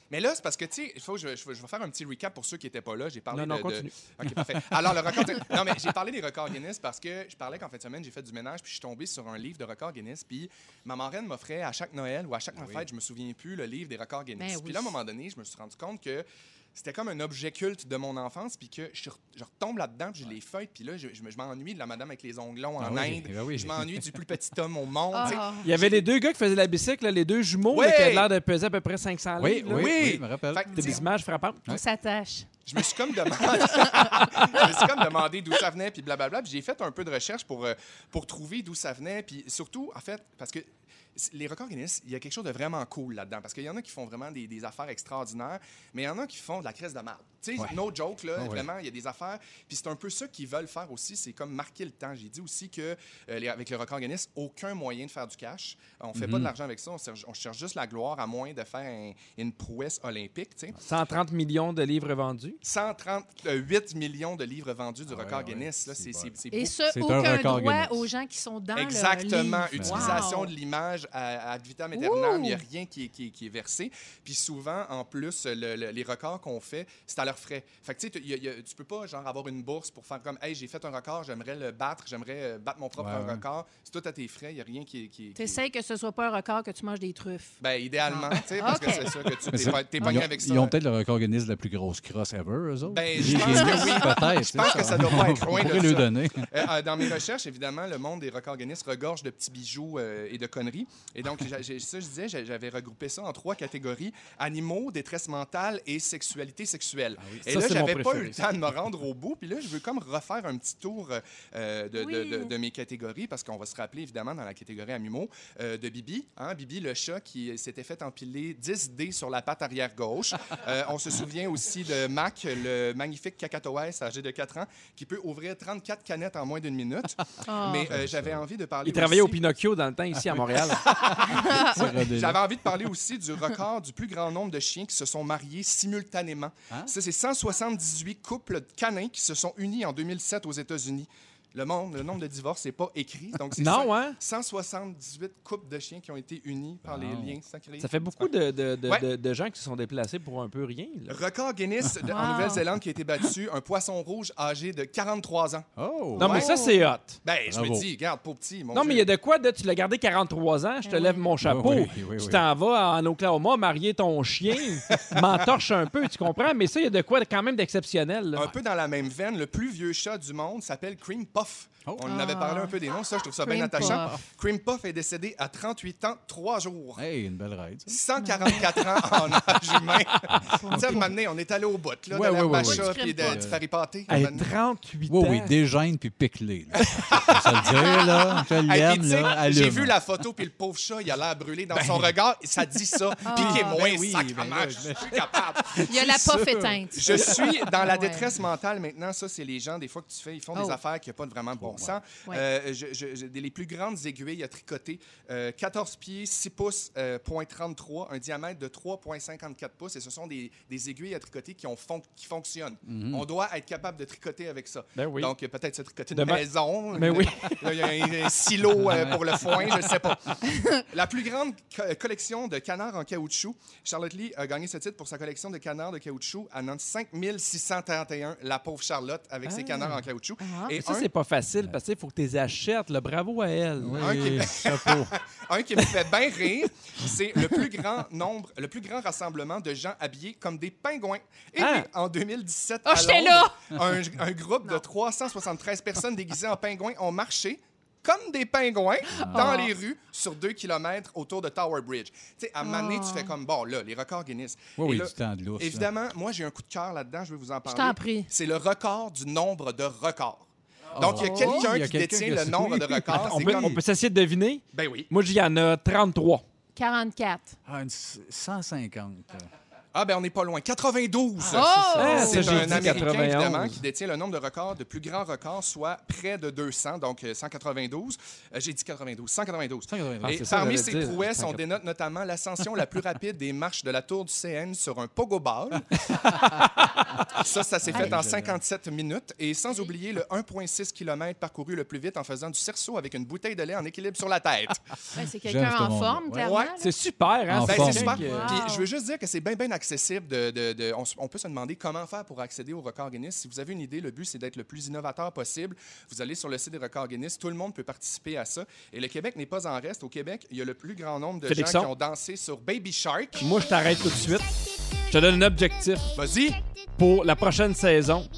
S2: Mais là, c'est parce que, tu sais, il faut que je, je- je vais faire un petit recap pour ceux qui n'étaient pas là. J'ai parlé
S1: Non, non,
S2: de- de,
S1: continue.
S2: OK, parfait. Alors, le record. Non, mais j'ai parlé des records Guinness parce que je parlais qu'en fin de semaine, j'ai fait du ménage, puis je suis tombé sur un livre de records Guinness. Puis ma marraine m'offrait à chaque Noël ou à chaque fête, je me souviens plus, le livre des records Guinness.
S4: Ben oui.
S2: Puis là, à un moment donné, je me suis rendu compte que c'était comme un objet culte de mon enfance, puis que je, re- je retombe là-dedans, puis je les feuille, puis là, je, je me- je m'ennuie de la madame avec les onglons en
S3: Ah oui,
S2: Inde.
S3: ben oui.
S2: Je m'ennuie du plus petit homme au monde. tu sais.
S4: Ah.
S1: Il y avait les deux gars qui faisaient la bicycle, là, les deux jumeaux,
S2: Ouais.
S1: là, qui avaient l'air de peser à peu près 500
S3: Oui, oui,
S1: livres. là.
S3: oui,
S2: Oui.
S3: je me rappelle.
S2: Fait que, tu
S1: Des
S2: sais,
S1: images frappantes.
S4: On s'attache.
S2: Je me suis comme demandé, je me suis comme demandé d'où ça venait, puis blablabla. Puis J'ai fait un peu de recherche pour, euh, pour trouver d'où ça venait. Puis surtout, en fait, parce que c- les records Guinness, il y a quelque chose de vraiment cool là-dedans. Parce qu'il y en a qui font vraiment des, des affaires extraordinaires, mais il y en a qui font de la crise de marde. Tu sais, no joke, là,
S3: Ah ouais.
S2: vraiment, il y a des affaires. Puis c'est un peu ça qu'ils veulent faire aussi, c'est comme marquer le temps. J'ai dit aussi que euh, les- avec le record Guinness, aucun moyen de faire du cash. On fait pas
S3: Mm-hmm.
S2: de l'argent avec ça, on cherche, on cherche juste la gloire à moins de faire un- une prouesse olympique, tu sais.
S1: 130 millions de livres vendus.
S2: Ah, 138 millions de livres vendus du
S3: Ah ouais,
S2: record
S3: ouais,
S2: Guinness. là,
S3: c'est
S2: C'est
S3: bon.
S2: c'est- c'est
S4: Et
S2: beau.
S4: ce,
S3: C'est un
S4: aucun droit
S3: record Guinness.
S4: aux gens qui sont dans
S2: Exactement.
S4: le livre.
S2: Utilisation
S4: Wow.
S2: de l'image à, à ad vitam aeternam. Il n'y a
S4: Ouh.
S2: rien qui est, qui, est- qui est versé. Puis souvent, en plus, le- le- les records qu'on fait, c'est à leurs frais. Fait que tu sais, tu- il y a- il y a- tu peux pas genre avoir une bourse pour faire comme Hey, j'ai fait un record, j'aimerais le battre, j'aimerais euh, battre mon propre
S3: Ouais, ouais.
S2: record. C'est tout à tes frais. Il n'y a rien qui est. Qui, est- qui est-
S4: T'essayes que ce soit pas un record que tu manges des truffes.
S2: Ben, idéalement, tu sais, parce
S4: Ok.
S2: que c'est ça que tu
S3: Mais
S2: t'es
S3: ça-
S2: pas- t'es
S3: ils
S2: pogné
S3: ont-
S2: avec ça.
S3: Ils ont peut-être le record Guinness de la plus grosse crosse ever, eux autres.
S2: Ben,
S3: Les
S2: je pense
S3: Guinness,
S2: que oui.
S3: peut-être.
S2: Je pense que ça doit pas être loin
S3: On
S2: de
S3: pourrait
S2: ça.
S3: lui donner.
S2: Euh, euh, dans mes recherches, évidemment, le monde des records Guinness regorge de petits bijoux euh, et de conneries. Et donc, j'a- j'ai- ça, je disais, j'a- j'avais regroupé ça en trois catégories animaux, détresse mentale et sexualité sexuelle. Et
S1: Ah Ça,
S2: là,
S1: c'est mon
S2: j'avais pas eu
S1: préféré,
S2: le
S1: ça.
S2: temps de me rendre au bout. Puis là, je veux comme refaire un petit tour euh, de, de-
S4: Oui.
S2: de- de mes catégories parce qu'on va se rappeler, évidemment, dans la catégorie animaux euh, de Bibi. hein, Bibi, le chat qui s'était fait empiler 10 dés sur la patte arrière gauche. Euh, on se souvient aussi de Mac, le magnifique cacatoès âgé de 4 ans, qui peut ouvrir 34 canettes en moins d'une minute.
S4: Ah.
S2: Mais euh, j'avais envie de parler.
S1: Ils travaillaient au
S2: aussi-
S1: Pinocchio dans le temps ici à Montréal.
S2: J'avais envie de parler aussi du record du plus grand nombre de chiens qui se sont mariés simultanément.
S3: Hein?
S2: Ça, c'est 178 couples de canins qui se sont unis en 2007 aux États-Unis. Le, monde, le nombre de divorces n'est pas écrit. Donc, c'est
S5: Non,
S2: cent-
S5: hein?
S2: 178 couples de chiens qui ont été unis par les
S3: Wow.
S2: liens sacrés.
S1: Ça fait beaucoup de, de- de-
S2: Ouais.
S1: de- de gens qui se sont déplacés pour un peu rien. là.
S2: Record Guinness de- en
S4: Wow.
S2: Nouvelle-Zélande qui a été battu, un poisson rouge âgé de 43 ans.
S3: Oh!
S1: Non, mais
S2: Ouais.
S1: ça, c'est hot.
S2: Ben, je me
S3: Bravo.
S2: dis, regarde, pauvre petit, mon
S1: Non,
S2: Dieu.
S1: mais il y a de quoi, de, tu l'as gardé 43 ans, je te
S4: Ben
S1: lève
S4: oui.
S1: mon chapeau.
S3: Oui, oui, oui,
S1: tu
S3: oui.
S1: t'en vas en Oklahoma marier ton chien, m'entorche un peu, tu comprends? Mais ça, il y a de quoi de- quand même d'exceptionnel. là.
S2: Un peu dans la même veine, le plus vieux chat du monde s'appelle Cream Puff.
S3: Oh.
S2: On en avait parlé un peu des noms, ça, je trouve ça bien
S4: Cream
S2: attachant. Cream Puff est décédé à 38 ans, 3 jours.
S3: Hey, une belle ride. ça.
S2: 144 ans en âge humain. tu sais, à un moment donné, on est allé au bout, là,
S3: Ouais,
S2: de la
S3: ouais, ouais,
S2: macha
S4: ouais.
S2: puis de-
S4: Crème
S2: du Paris Pâté.
S1: Hey, 38
S3: Oui,
S1: ans.
S3: oui, dégêne puis pique-les. là. Je vais te le dire, là. Je
S2: Hey, puis
S3: l'aime,
S2: tu sais,
S3: là.
S2: J'ai
S3: allume.
S2: vu la photo, puis le pauvre chat, il a l'air brûlé dans son regard. et Ça dit ça.
S4: Ah.
S2: Piquez-moi,
S3: Ben oui,
S2: sacrement,
S3: ben là,
S2: je suis plus capable.
S4: Il y a la pof éteinte.
S2: Je suis dans la
S4: Ouais.
S2: détresse mentale maintenant. Ça, c'est les gens, des fois, que tu fais, ils font des
S4: Oh.
S2: affaires qui n'ont pas de vraiment de bon sens.
S4: Ouais.
S2: Euh, je- je- je- des- les plus grandes aiguilles à tricoter, euh, 14 pieds, 6 pouces, euh, point 33, un diamètre de 3,54 pouces. Et ce sont des, des aiguilles à tricoter qui, ont fon- qui fonctionnent. On doit être capable de tricoter avec ça.
S1: Mhm. Ben oui.
S2: Donc, euh, peut-être se tricoter une
S1: Demain-
S2: maison.
S1: Ben
S2: une-
S1: oui.
S2: Là, Il y a un, un silo euh, pour le foin, je ne sais pas. La plus grande co- collection de canards en caoutchouc. Charlotte Lee a gagné ce titre pour sa collection de canards de caoutchouc à 5631, la pauvre Charlotte, avec ses canards en caoutchouc.
S4: Ah.
S2: Et
S1: ça,
S2: un,
S1: c'est pas facile parce qu'il faut que tu les achètes. là. Bravo à elle.
S2: Un qui-
S3: chapeau.
S2: un qui me fait bien rire, c'est le plus grand nombre, le plus grand rassemblement de gens habillés comme des pingouins. Et oui,
S1: Ah.
S2: en 2017,
S4: Oh,
S2: à
S4: j'étais
S2: Londres, un, un groupe de 373 personnes déguisées en pingouins ont marché comme des pingouins dans
S4: Ah.
S2: les rues sur 2 km autour de Tower Bridge. Tu sais, à un moment donné, tu fais comme, bon, là, les records Guinness.
S3: Oui,
S2: Et
S3: oui,
S2: là,
S3: du temps de l'ours. là.
S2: Évidemment, moi, j'ai un coup de cœur là-dedans, je vais vous en
S4: Je
S2: parler.
S4: t'en prie.
S2: C'est le record du nombre de records. Donc, il y a
S3: Oh.
S2: quelqu'un
S3: Il y a
S2: qui
S3: quelqu'un
S2: détient
S3: qui a-
S2: le nombre de
S3: Oui.
S2: records.
S1: on,
S2: c'est
S1: peut,
S2: comme-
S1: on peut s'essayer de deviner.
S2: Ben oui.
S1: Moi, j'y en a 33.
S4: 44.
S3: Ah, une c- 150. là.
S2: Ah, ben on n'est pas loin. 92!
S4: Oh!
S1: Ah, ça,
S2: C'est
S1: j'ai
S2: un
S1: dit
S2: Américain,
S1: 91.
S2: évidemment, qui détient le nombre de records, de plus grands records, soit près de 200, donc euh, 192. Euh, J'ai dit 92, 192.
S3: 192.
S2: Et
S1: c'est ça,
S2: parmi
S1: j'allais
S2: ses
S1: dire,
S2: prouesses, on
S1: 190.
S2: dénote notamment l'ascension la plus rapide des marches de la tour du CN sur un pogo ball. ça, ça s'est
S1: Ah,
S2: fait en 57 minutes. Et sans oublier le 1,6 km parcouru le plus vite en faisant du cerceau avec une bouteille de lait en équilibre sur la tête.
S4: Ouais, c'est
S3: J'aime
S4: quelqu'un
S3: ce
S4: en
S3: monde-là.
S4: forme,
S3: Ouais.
S4: clairement.
S2: Ouais,
S4: là.
S1: C'est super. Hein?
S3: En
S2: Ben,
S3: forme.
S2: c'est super.
S1: quelqu'un que-
S4: Wow.
S2: Puis je veux juste dire que c'est bien, bien accessible. De, de- de- on, s- on peut se demander comment faire pour accéder au record Guinness. Si vous avez une idée, le but, c'est d'être le plus innovateur possible. Vous allez sur le site des records Guinness. Tout le monde peut participer à ça. Et le Québec n'est pas en reste. Au Québec, il y a le plus grand nombre de
S1: Félixon.
S2: gens qui ont dansé sur Baby Shark.
S1: Moi, je t'arrête tout de suite. Je te donne un objectif
S2: Vas-y!
S1: pour la prochaine saison.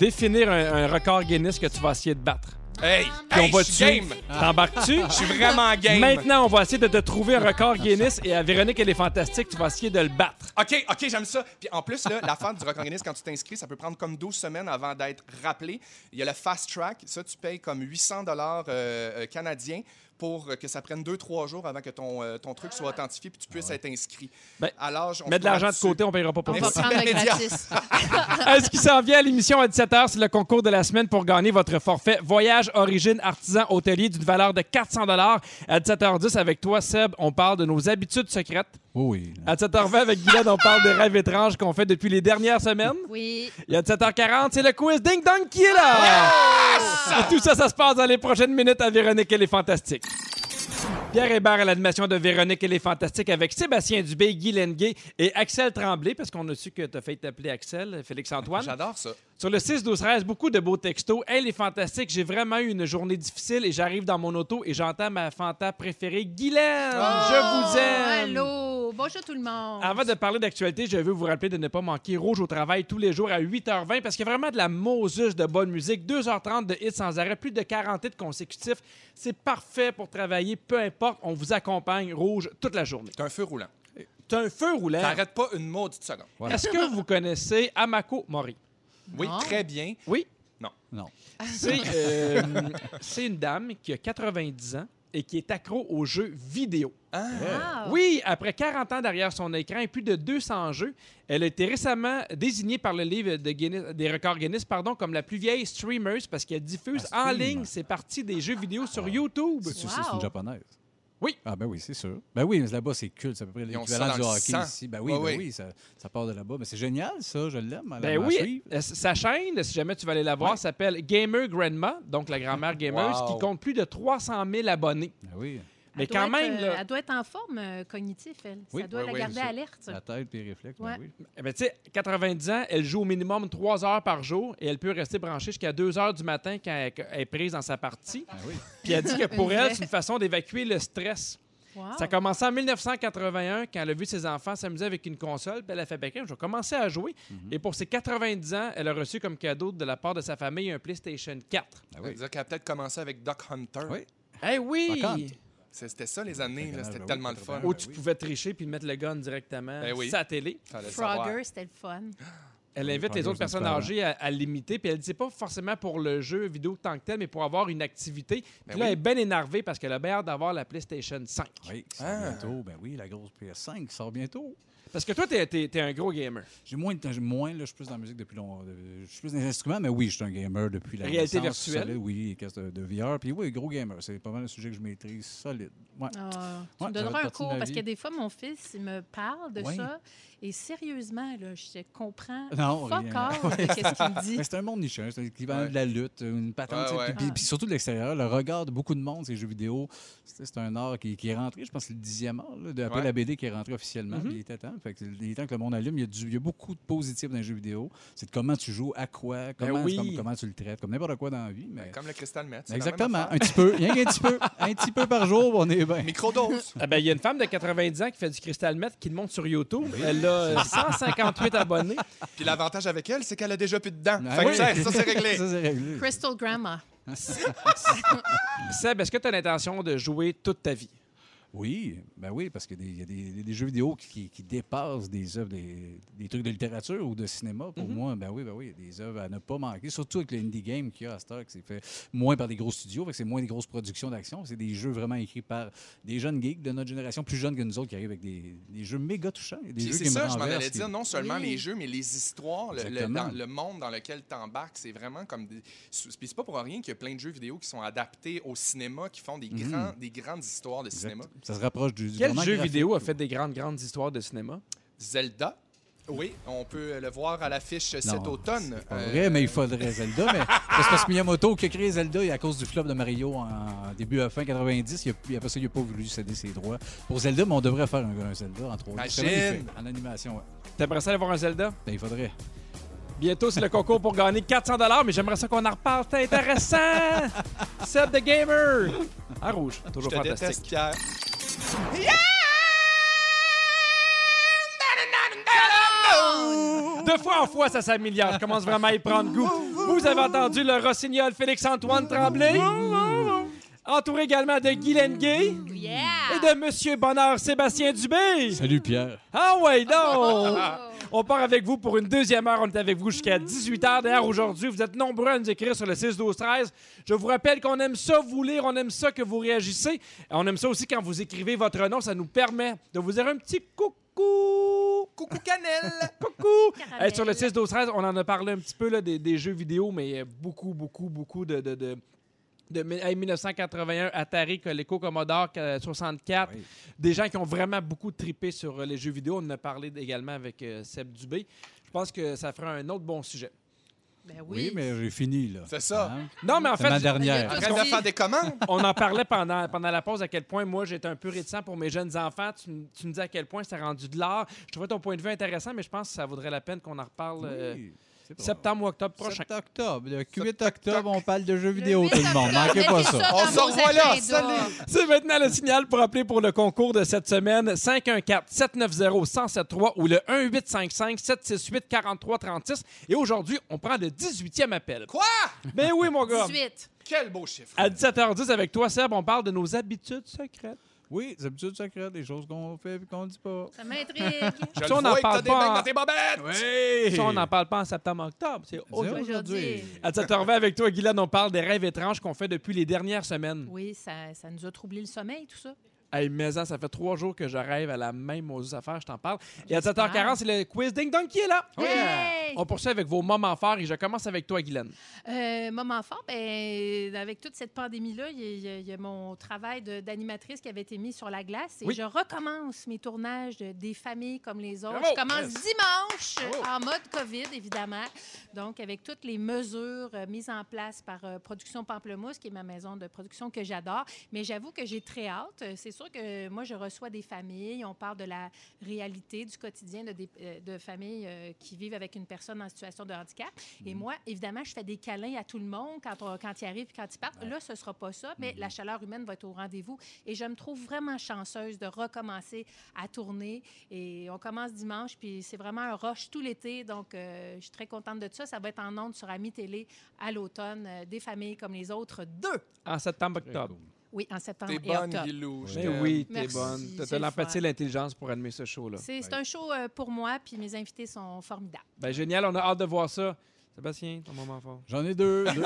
S1: Définir un, un record Guinness que tu vas essayer de battre.
S2: Hey!
S1: Puis
S2: hey,
S1: on va
S2: je suis game! Ah.
S1: T'embarques-tu?
S2: Je suis vraiment game!
S1: Maintenant, on va essayer de te trouver un record Guinness et à Véronique, elle est fantastique, tu vas essayer de le battre.
S2: OK, OK, j'aime ça. Puis en plus, là, la fin du record Guinness, quand tu t'inscris, ça peut prendre comme 12 semaines avant d'être rappelé. Il y a le Fast Track. Ça, tu payes comme 800 dollars euh, canadiens pour euh, que ça prenne 2-3 jours avant que ton, euh, ton truc soit authentifié puis tu puisses être inscrit.
S1: Ben,
S2: Alors, je- on
S1: Mets de
S2: se voit
S1: l'argent de
S2: là-dessus.
S1: côté, on payera pas
S4: On
S1: pour
S4: va
S1: ça.
S4: prendre
S2: Merci,
S4: le
S2: Bénédia.
S4: gratis.
S1: À ce qui s'en vient à l'émission à 17h, c'est le concours de la semaine pour gagner votre forfait voyage origine artisan hôtelier d'une valeur de 400 dollars. À 17h10 avec toi Seb, on parle de nos habitudes secrètes.
S3: Oui, oui.
S1: À 17h20 avec Guylaine, on parle des rêves étranges qu'on fait depuis les dernières semaines.
S4: Oui.
S1: Il y a 17h40, c'est le quiz Ding Dong qui est là! Et tout ça, ça se passe dans les prochaines minutes à Véronique et les Fantastiques. Pierre Hébert à l'animation de Véronique et les Fantastiques avec Sébastien Dubé, Guy Lenguet et Axel Tremblay, parce qu'on a su que tu as fait t'appeler Axel, Félix-Antoine.
S2: J'adore ça.
S1: Sur le 6-12-13, beaucoup de beaux textos. Hey, les Fantastiques, j'ai vraiment eu une journée difficile et j'arrive dans mon auto et j'entends ma Fanta préférée, Guylaine. je vous aime.
S4: Oh, Allô. Bonjour tout le monde.
S1: Avant Ah, de parler d'actualité, je veux vous rappeler de ne pas manquer Rouge au travail tous les jours à 8h20 parce qu'il y a vraiment de la Moses de bonne musique. 2h30 de hits sans arrêt, plus de 40 hits consécutifs. C'est parfait pour travailler, peu importe. On vous accompagne Rouge toute la journée.
S2: T'es un feu roulant.
S1: T'as un feu roulant.
S2: T'arrêtes pas une maudite seconde.
S1: Est-ce que vous connaissez Amako Mori?
S2: Oui,
S4: Non.
S2: très bien.
S1: Oui.
S3: Non.
S1: C'est euh, c'est une dame qui a 90 ans et qui est accro aux jeux vidéo.
S4: Ah.
S1: Oui, après 40 ans derrière son écran et plus de 200 jeux, elle a été récemment désignée par le livre de Guinness- des records Guinness pardon, comme la plus vieille streamer parce qu'elle diffuse
S3: Ah,
S1: en
S3: stream.
S1: ligne ses parties des jeux vidéo sur YouTube.
S3: Tu sais, Ah. c'est
S4: Wow.
S3: une japonaise.
S1: Oui.
S3: Ah, ben oui, c'est sûr. Ben oui, mais là-bas, c'est culte. C'est à peu près
S2: Ils ont
S3: l'équivalent
S2: ça
S3: du
S2: dans le
S3: hockey
S2: sang.
S3: ici. Ben oui,
S2: Ouais,
S3: ben
S2: ouais.
S3: oui, ça, ça part de là-bas. Mais c'est génial, ça. Je l'aime. à la-
S1: Ben
S3: à
S1: oui,
S3: suivre.
S1: euh, sa chaîne, si jamais tu vas aller la voir, s'appelle Gamer Grandma, donc la grand-mère gameuse,
S2: Wow.
S1: qui compte plus de 300 000 abonnés.
S3: Ben oui.
S1: Mais
S4: Elle doit
S1: quand
S4: être,
S1: même,
S4: euh,
S1: là-
S4: Elle doit être en forme euh, cognitive, elle.
S3: Oui,
S4: ça doit
S2: oui,
S4: la
S2: oui,
S4: garder
S2: c'est-
S4: alerte.
S3: La tête puis les réflexes. ben
S4: Ouais.
S3: oui.
S1: Eh ben, tu sais, 90 ans, elle joue au minimum 3 heures par jour et elle peut rester branchée jusqu'à 2 heures du matin quand elle, elle est prise dans sa partie.
S3: Ben oui.
S1: Puis elle dit que pour
S4: Une
S1: elle,
S4: vraie.
S1: c'est une façon d'évacuer le stress.
S4: Wow.
S1: Ça a commencé en 1981 quand elle a vu ses enfants s'amuser avec une console. Puis elle a fait Bien, je vais commencer à jouer. Et pour ses 90 ans, elle a reçu comme cadeau de la part de sa famille un PlayStation 4.
S3: Ben
S2: Ça veut
S3: oui.
S2: dire qu'elle a peut-être commencé avec Doc Hunter.
S3: Oui.
S1: Eh oui!
S3: Par contre-
S2: C'est- C'était ça, les années. là.
S3: Ben,
S2: C'était
S3: ben oui,
S2: tellement le
S3: ben
S2: fun.
S1: Où
S3: oui.
S1: tu pouvais tricher puis mettre le gun directement
S2: Ben oui.
S1: sa télé.
S2: Fallait savoir.
S4: Frogger, c'était le fun.
S1: Elle
S3: Oui,
S1: invite
S3: prendre
S1: les
S3: deux
S1: autres personnes
S3: autres
S1: âgées à, à l'imiter, puis elle dit c'est pas forcément pour le jeu vidéo tant que tel, mais pour avoir une activité. Puis
S2: Ben
S1: là,
S2: oui.
S1: elle est bien énervée parce qu'elle a bien hâte d'avoir la PlayStation 5.
S3: Oui, qui sort
S2: Ah.
S3: bientôt. Ben oui, la grosse PS5 qui sort bientôt.
S1: Parce que toi, t'es es, un gros gamer.
S3: J'ai moins, de temps- j'ai moins là, je suis plus dans la musique depuis longtemps. euh, Je suis plus dans les instruments, mais oui, je suis un gamer depuis la
S1: Réalité
S3: naissance,
S1: virtuelle.
S3: solide, oui, casse de, de VR. Puis oui, gros gamer. C'est pas mal le sujet que je maîtrise solide. Ouais.
S4: Ah, tu
S3: Ouais,
S4: me
S3: ça va
S4: donneras
S3: être
S4: un
S3: partie de
S4: cours
S3: ma
S4: parce
S3: vie.
S4: que des fois, mon fils, il me parle de
S3: Ouais.
S4: ça. Et sérieusement, là, je comprends
S3: Non,
S4: pas
S3: rien.
S4: encore de qu'est-ce qu'il me dit.
S3: Mais c'est un monde niché, hein. c'est l'équivalent
S2: Ouais.
S3: de la lutte, une patente.
S2: Ouais,
S3: tu sais,
S2: ouais.
S3: Puis, puis-
S4: Ah.
S3: puis surtout de l'extérieur, le regard de beaucoup de monde, ces jeux vidéo, c'est c'est un art qui, qui est rentré, je pense, le dixième art, là, de- après
S2: Ouais.
S3: la BD qui est rentrée officiellement.
S1: Mhm.
S3: puis Il était temps. Fait que il est temps que le monde allume. Il y a, du- il y a beaucoup de positifs dans les jeux vidéo. C'est de comment tu joues, à quoi, comment,
S1: oui.
S3: comme- comment tu le traites, comme n'importe quoi dans la vie. Mais...
S2: Ben, Comme le Crystal Met. c'est la même
S3: Exactement,
S2: affaire.
S3: un petit peu, rien qu'un petit peu, un petit peu par jour, on est bien.
S2: Microdose.
S1: Ah ben, Il y a une femme de 90 ans qui fait du cristal meth qui le monte sur YouTube. Elle a euh, 158 abonnés.
S2: Puis l'avantage avec elle, c'est qu'elle a déjà plus de dents.
S3: Ah
S2: fait que
S3: oui.
S2: ça, ça, c'est réglé.
S3: Ça, c'est réglé.
S4: Crystal Grandma.
S1: Seb, est-ce que tu as l'intention de jouer toute ta vie?
S3: Oui, ben oui, parce qu'il y a des, des- des jeux vidéo qui, qui- qui dépassent des œuvres, des, des trucs de littérature ou de cinéma.
S2: Mhm.
S3: Pour moi, ben oui, ben oui, il y a des œuvres à ne pas manquer, surtout avec le indie game qu'il y a à cette heure, que c'est fait moins par des gros studios, fait que c'est moins des grosses productions d'action. C'est des jeux vraiment écrits par des jeunes geeks de notre génération, plus jeunes que nous autres, qui arrivent avec des, des jeux méga touchants. Des
S2: Puis
S3: jeux
S2: c'est
S3: qui me
S2: ça, je m'en
S3: renversent,
S2: allais
S3: qui-
S2: dire, non seulement
S4: Oui.
S2: les jeux, mais les histoires, le, le-
S3: Exactement.
S2: dans- le monde dans lequel t'embarques, c'est vraiment comme des... sou- Puis c'est pas pour rien qu'il y a plein de jeux vidéo qui sont adaptés au cinéma, qui font des, grands, des grandes histoires de
S3: Mm. Exact.
S2: cinéma.
S3: Ça se rapproche du, du
S1: Quel
S3: roman
S1: jeu
S3: graphique,
S1: vidéo a
S3: là.
S1: fait des grandes, grandes histoires de cinéma?
S2: Zelda, oui, on peut le voir à l'affiche cet
S3: Non,
S2: automne.
S3: c'est pas
S2: Euh,
S3: vrai, mais il faudrait Zelda. mais c'est parce que Miyamoto qui a créé Zelda et à cause du flop de Mario en début à fin 90, il a, il- après ça, il n'a pas voulu céder ses droits. Pour Zelda, mais on devrait faire un, un Zelda en 3D. C'est
S2: Imagine!
S3: magnifique. En animation, ouais.
S1: T'aimerais ça aller voir un Zelda?
S3: Ben, il faudrait.
S1: Bientôt, c'est le concours pour gagner 400 mais j'aimerais ça qu'on en reparle. C'est intéressant! Seb the Gamer! En rouge,
S2: Je
S1: toujours
S2: te
S1: fantastique.
S2: déteste, Pierre.
S1: Deux fois en fois, ça s'améliore. Je commence vraiment à y prendre goût. Vous avez entendu le rossignol Félix-Antoine Tremblay. Entouré également de Guy Lenguet
S4: Yeah!
S1: et de Monsieur Bonheur Sébastien Dubé.
S3: Salut, Pierre.
S1: Ah ouais, donc!
S3: Ah!
S1: On part avec vous pour une deuxième heure. On est avec vous jusqu'à 18h. D'ailleurs, aujourd'hui, vous êtes nombreux à nous écrire sur le 6-12-13. Je vous rappelle qu'on aime ça vous lire, on aime ça que vous réagissez. Et On aime ça aussi quand vous écrivez votre nom. Ça nous permet de vous dire un petit coucou.
S2: Coucou Canel!
S1: Coucou!
S4: Caramel.
S1: Eh, sur le 6, 12, 13, on en a parlé un petit peu là, des, des jeux vidéo, mais euh, beaucoup, beaucoup, beaucoup de. de, de de mi- hey, 1981, Atari, Coleco, Commodore euh, 64.
S3: Oui.
S1: Des gens qui ont vraiment beaucoup tripé sur euh, les jeux vidéo. On en a parlé également avec euh, Seb Dubé. Je pense que ça fera un autre bon sujet.
S4: Ben
S3: Oui,
S4: oui.
S3: mais j'ai fini, là.
S2: C'est ça.
S3: Hein?
S1: Non, mais en
S3: C'est
S1: fait,
S3: ma
S4: Ben,
S2: En
S4: il
S3: dernière.
S4: y a-
S2: train de faire des commandes?
S1: on en parlait pendant, pendant la pause à quel point moi j'étais un peu réticent pour mes jeunes enfants. Tu, m- tu me dis à quel point c'est rendu de l'art. Je trouvais ton point de vue intéressant, mais je pense que ça vaudrait la peine qu'on en reparle euh,
S3: Oui, c'est bon.
S1: septembre ou octobre prochain.
S3: 7 octobre. Le 8
S2: Sept
S3: octobre, on parle de jeux
S4: Le
S3: vidéo,
S4: huit
S3: tout le monde.
S4: octobre,
S3: Manquez pas
S4: mettez
S3: ça.
S4: dans
S2: On se
S4: vos
S2: revoit là,
S4: agendas.
S2: salut!
S1: C'est maintenant le signal pour appeler pour le concours de cette semaine. 514-790-1073 ou le 1855-768-4336. Et aujourd'hui, on prend le 18e appel.
S2: Quoi?
S1: Ben oui, mon gars.
S4: 18.
S2: Quel beau chiffre!
S1: À 17h10, avec toi, Seb, on parle de nos habitudes secrètes.
S3: Oui, des habitudes secrètes, des choses qu'on fait et qu'on ne dit pas.
S4: Ça m'intrigue.
S2: Je
S1: Ça, on
S2: le
S1: en
S2: vois,
S1: parle
S2: t'as des
S1: pas
S2: beignes
S1: en-
S2: dans tes bobettes!
S3: Oui!
S1: Ça, on n'en parle pas en septembre-octobre. C'est aujourd'hui.
S4: aujourd'hui.
S1: À 17h20, avec toi, Guylaine, on parle des rêves étranges qu'on fait depuis les dernières semaines.
S4: Oui, ça, ça nous a troublé le sommeil, tout ça.
S1: Hey, mais ça fait trois jours que je rêve à la même aux affaires, je t'en parle. Et à
S4: J'espère.
S1: 7h40, c'est le quiz Ding Dong qui est là.
S4: Yay!
S1: On poursuit avec vos moments forts et je commence avec toi, Guylaine.
S4: Euh, moment fort, ben, avec toute cette pandémie-là, il y, a- il y a- il y a mon travail de- d'animatrice qui avait été mis sur la glace et
S1: Oui.
S4: je recommence mes tournages de- des familles comme les autres.
S2: Bravo!
S4: Je commence
S2: Yes.
S4: dimanche
S2: Bravo.
S4: en mode COVID, évidemment. Donc, avec toutes les mesures euh, mises en place par euh, Production Pamplemousse, qui est ma maison de production que j'adore. Mais j'avoue que j'ai très hâte. Euh, C'est sûr que moi, je reçois des familles. On parle de la réalité du quotidien de, des- euh, de familles euh, qui vivent avec une personne en situation de handicap. Et moi, évidemment, je fais des câlins à tout le monde quand, on- quand ils arrivent et quand ils partent. Là, ce ne sera pas ça, mais la chaleur humaine va être au rendez-vous. Et je me trouve vraiment chanceuse de recommencer à tourner. Et on commence dimanche, puis c'est vraiment un rush tout l'été. Donc, euh, je suis très contente de ça. Ça va être en ondes sur Ami Télé à l'automne, euh, des familles comme les autres, deux.
S1: En septembre-octobre.
S4: Oui, en septembre
S2: T'es
S4: et
S2: bonne,
S4: octobre.
S2: Guilou. je
S1: Mais
S2: t'aime.
S1: oui, t'es
S4: Merci,
S1: bonne. T'as-
S4: c'est
S1: T'as
S4: le
S1: l'empathie et
S4: fun.
S1: l'intelligence pour animer ce show-là.
S4: C'est c'est un show euh, pour moi, puis mes invités sont formidables.
S1: Ben génial, on a hâte de voir ça. Sébastien, ton moment fort.
S3: J'en ai deux. deux.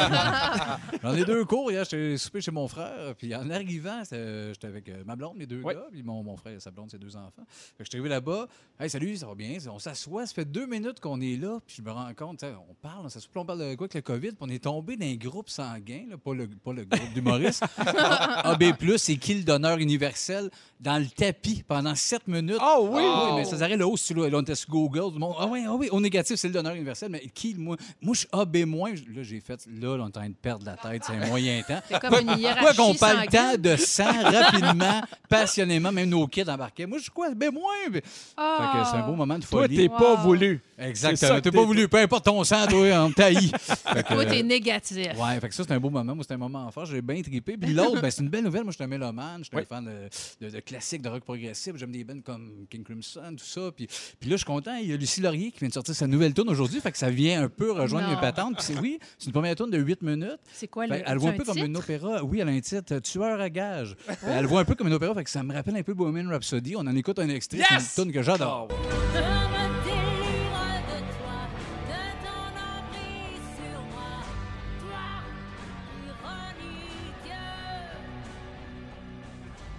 S3: J'en ai deux cours. Hier, j'étais souper chez mon frère. Puis en arrivant, c'est- j'étais avec euh, ma blonde, les deux
S1: Ouais.
S3: gars. Puis mon, mon frère et sa blonde, ses deux enfants. Fait que je suis arrivé là-bas. Hey, salut, ça va bien? On s'assoit. Ça fait deux minutes qu'on est là. Puis je me rends compte, tu sais, on parle, on s'assoit. puis on parle de quoi que le COVID. Puis on est tombé dans un groupe sanguin, là, pas, le, pas le groupe d'humoristes. AB, c'est qui le donneur universel dans le tapis pendant sept minutes?
S1: Oh oui!
S3: Ah oui, mais ça s'arrête le haut, sur le- on était sur Google, tout le monde. Ah oui, ah oui, au négatif, c'est le donneur universel, mais qui, moi, moi je suis A, B-. Là, j'ai fait, là, on est en train de perdre la tête, c'est un moyen temps.
S4: C'est comme une
S3: Quoi
S4: hiérarchie
S3: qu'on parle
S4: sanguine.
S3: tant de sang rapidement, passionnément, même nos kids embarquaient. Moi, je suis quoi, B-? Fait
S4: Ah!
S3: que c'est un beau moment de
S1: Ah. Toi,
S3: folie.
S1: t'es pas
S4: Wow.
S1: voulu. c'est ça
S3: Exactement.
S1: que
S3: T'as
S1: t'es-
S3: pas voulu, peu importe ton sang, toi, on me taillit. Fait que-
S4: Toi, t'es négatif.
S3: Euh, Ouais, fait que ça, c'est un beau moment. Moi, c'est un moment fort. J'ai bien trippé. Puis l'autre, ben, c'est une belle nouvelle. Moi, je suis un mélomane. Je suis
S1: Oui.
S3: un fan de, de- de classiques, de rock progressif. J'aime des bands comme King Crimson, tout ça. Puis, puis là, je suis content. Il y a Lucie Laurier qui vient de sortir sa nouvelle tourne aujourd'hui. Fait que ça vient un peu rejoindre
S4: Non.
S3: mes patentes. Puis c'est, oui, c'est une première tourne de 8 minutes.
S4: C'est quoi le
S3: Fait, elle voit un
S4: c'est
S3: peu comme
S4: titre?
S3: une opéra. Oui, elle a un titre euh, Tueur à gage. Elle voit un peu comme une opéra. Fait que ça me rappelle un peu Bohemian Rhapsody. On en écoute un extrait.
S1: Yes!
S3: C'est une tourne que j'adore.
S6: Je me délivre de toi, de ton emprise sur moi, toi, ironique.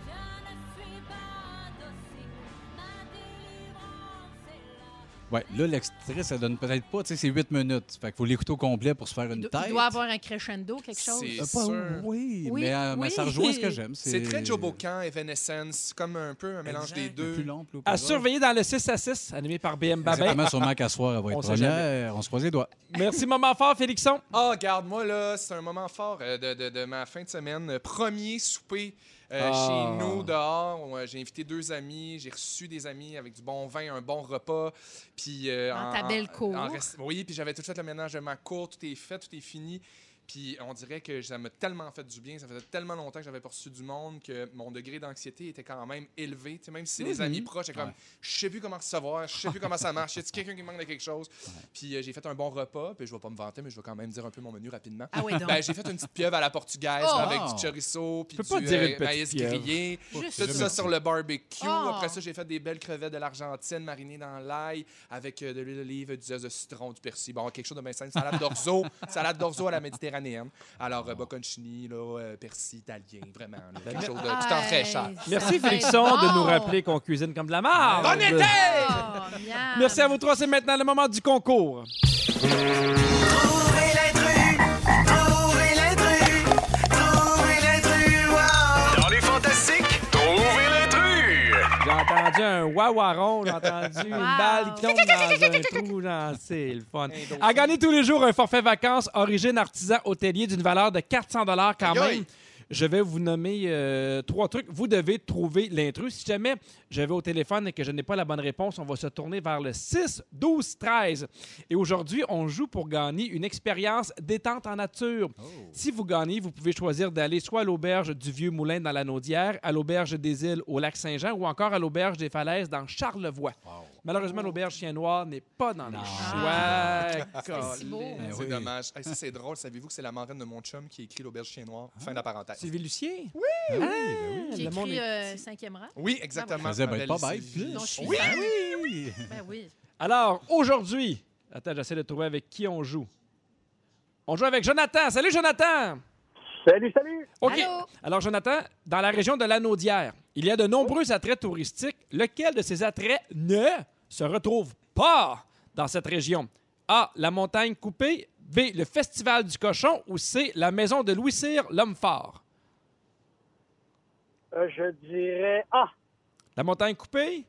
S6: Je ne suis pas docile, ma délivrance est là.
S3: Ouais, là, l'extrait, ça donne peut-être pas. Tu sais, c'est 8 minutes. Fait qu'il faut l'écouter au complet pour se faire une
S4: Il do-
S3: tête.
S4: Il doit avoir un crescendo, quelque chose.
S2: C'est-
S3: Euh, pas-
S2: sûr.
S3: oui,
S4: Oui,
S3: mais, euh, mais ça
S4: oui.
S3: rejoint ce que j'aime.
S2: C'est très Joe Bocan, Evanescence, comme un peu un mélange
S3: Exact,
S2: des
S3: le Plus
S2: deux.
S3: long, plus
S1: À surveiller dans le 6 à 6, animé par BM Babin.
S3: Exactement, sûrement qu'à soir, elle va
S1: On
S3: être
S1: sait
S3: première. On se croise les doigts.
S1: Merci, moment fort, Félixon.
S2: Ah, garde-moi là, c'est un moment fort euh, de, de- de ma fin de semaine. Euh, Premier souper euh,
S1: Ah.
S2: chez nous dehors. Ouais, J'ai invité deux amis, j'ai reçu des amis avec du bon vin, un bon repas. Puis, euh,
S4: Dans
S2: en-
S4: ta
S2: en-
S4: belle cour.
S2: en rest- oui, puis j'avais tout fait le ménage de ma cour, tout est fait, tout est fini. Puis on dirait que ça m'a tellement fait du bien, ça faisait tellement longtemps que j'avais pas reçu du monde que mon degré d'anxiété était quand même élevé. Tu sais, même si c'est des amis proches, j'étais comme, je sais plus comment recevoir, je sais plus comment ça marche, y a quelqu'un qui me manque de quelque chose? Puis euh, j'ai fait un bon repas, puis je vais pas me vanter, mais je vais quand même dire un peu mon menu rapidement.
S4: Ah oui, donc.
S2: Ben, j'ai fait une petite pieuvre à la portugaise
S4: Oh!
S2: avec du chorizo, puis
S1: Ah! peux
S2: du
S1: pas
S2: euh,
S1: dire une petite
S2: maïs
S1: pieuvre.
S2: grillé.
S4: Juste
S2: Tout
S4: ça.
S2: ça sur le barbecue.
S4: Oh.
S2: Après ça, j'ai fait des belles crevettes de l'Argentine marinées dans l'ail avec euh, de l'huile d'olive, du zeste de citron, du persil. Bon, quelque chose de bien simple. Salade d'orzo. salade d'orzo à la méditerranéenne. Alors, euh, bocconcini, là, euh, persil italien, vraiment.
S1: Ben,
S2: là, quelque chose de tout en fraîcheur.
S4: Aïe, ça
S1: Merci,
S4: fait
S1: Félixon,
S4: Ah, bon.
S1: de nous rappeler qu'on cuisine comme de la marde.
S2: Bon été!
S4: Oh, miam.
S1: Merci à vous trois, c'est maintenant le moment du concours.
S7: Trouvez l'intrus, trouvez l'intrus, trouvez l'intrus, wow! Dans les fantastiques, trouvez l'intrus!
S1: J'ai entendu un wawaron, j'ai entendu une
S4: Wow.
S1: balle qui tombe dans un trou, genre, c'est le fun. À gagner tous les jours un forfait vacances origine artisan hôtelier d'une valeur de 400 dollars quand
S2: Aïe, aïe.
S1: même. Je vais vous nommer euh, trois trucs. Vous devez trouver l'intrus. Si jamais je vais au téléphone et que je n'ai pas la bonne réponse, on va se tourner vers le 6, 12, 13. Et aujourd'hui, on joue pour gagner une expérience détente en nature.
S2: Oh,
S1: Si vous gagnez, vous pouvez choisir d'aller soit à l'auberge du Vieux Moulin dans la Naudière, à l'auberge des Îles au Lac Saint-Jean ou encore à l'auberge des Falaises dans Charlevoix. Malheureusement, l'auberge Chien Noir n'est pas dans les choix.
S4: Ah, C'est si beau.
S1: Colin.
S3: Eh
S2: C'est
S3: oui.
S2: dommage. Hey, ça, c'est drôle. Savez-vous que c'est la marraine de mon chum qui a écrit l'auberge chien noir? Fin de la parenthèse.
S1: Sylvie Lucien? Oui!
S3: Ah
S4: J'ai
S1: Le monde
S4: écrit
S1: est
S4: euh, cinquième rang.
S2: Oui, exactement.
S3: ben Faisait
S2: Ma
S3: ben
S2: belle
S3: pas bête,
S2: Sylvie.
S3: plus.
S4: Non, je suis
S2: Oui!
S4: fan.
S3: Oui!
S4: Ben Ah oui.
S1: Alors, aujourd'hui, attends, j'essaie de trouver avec qui on joue. On joue avec Jonathan. Salut, Jonathan!
S8: Salut, salut!
S1: OK.
S4: Allô?
S1: Alors, Jonathan, dans la région de l'Anaudière, il y a de nombreux attraits touristiques. Lequel de ces attraits ne se retrouve pas dans cette région? A. La montagne coupée. B. Le festival du cochon. Ou C. La maison de Louis Cyr, l'homme fort.
S8: Euh, je dirais Ah!
S1: La montagne coupée?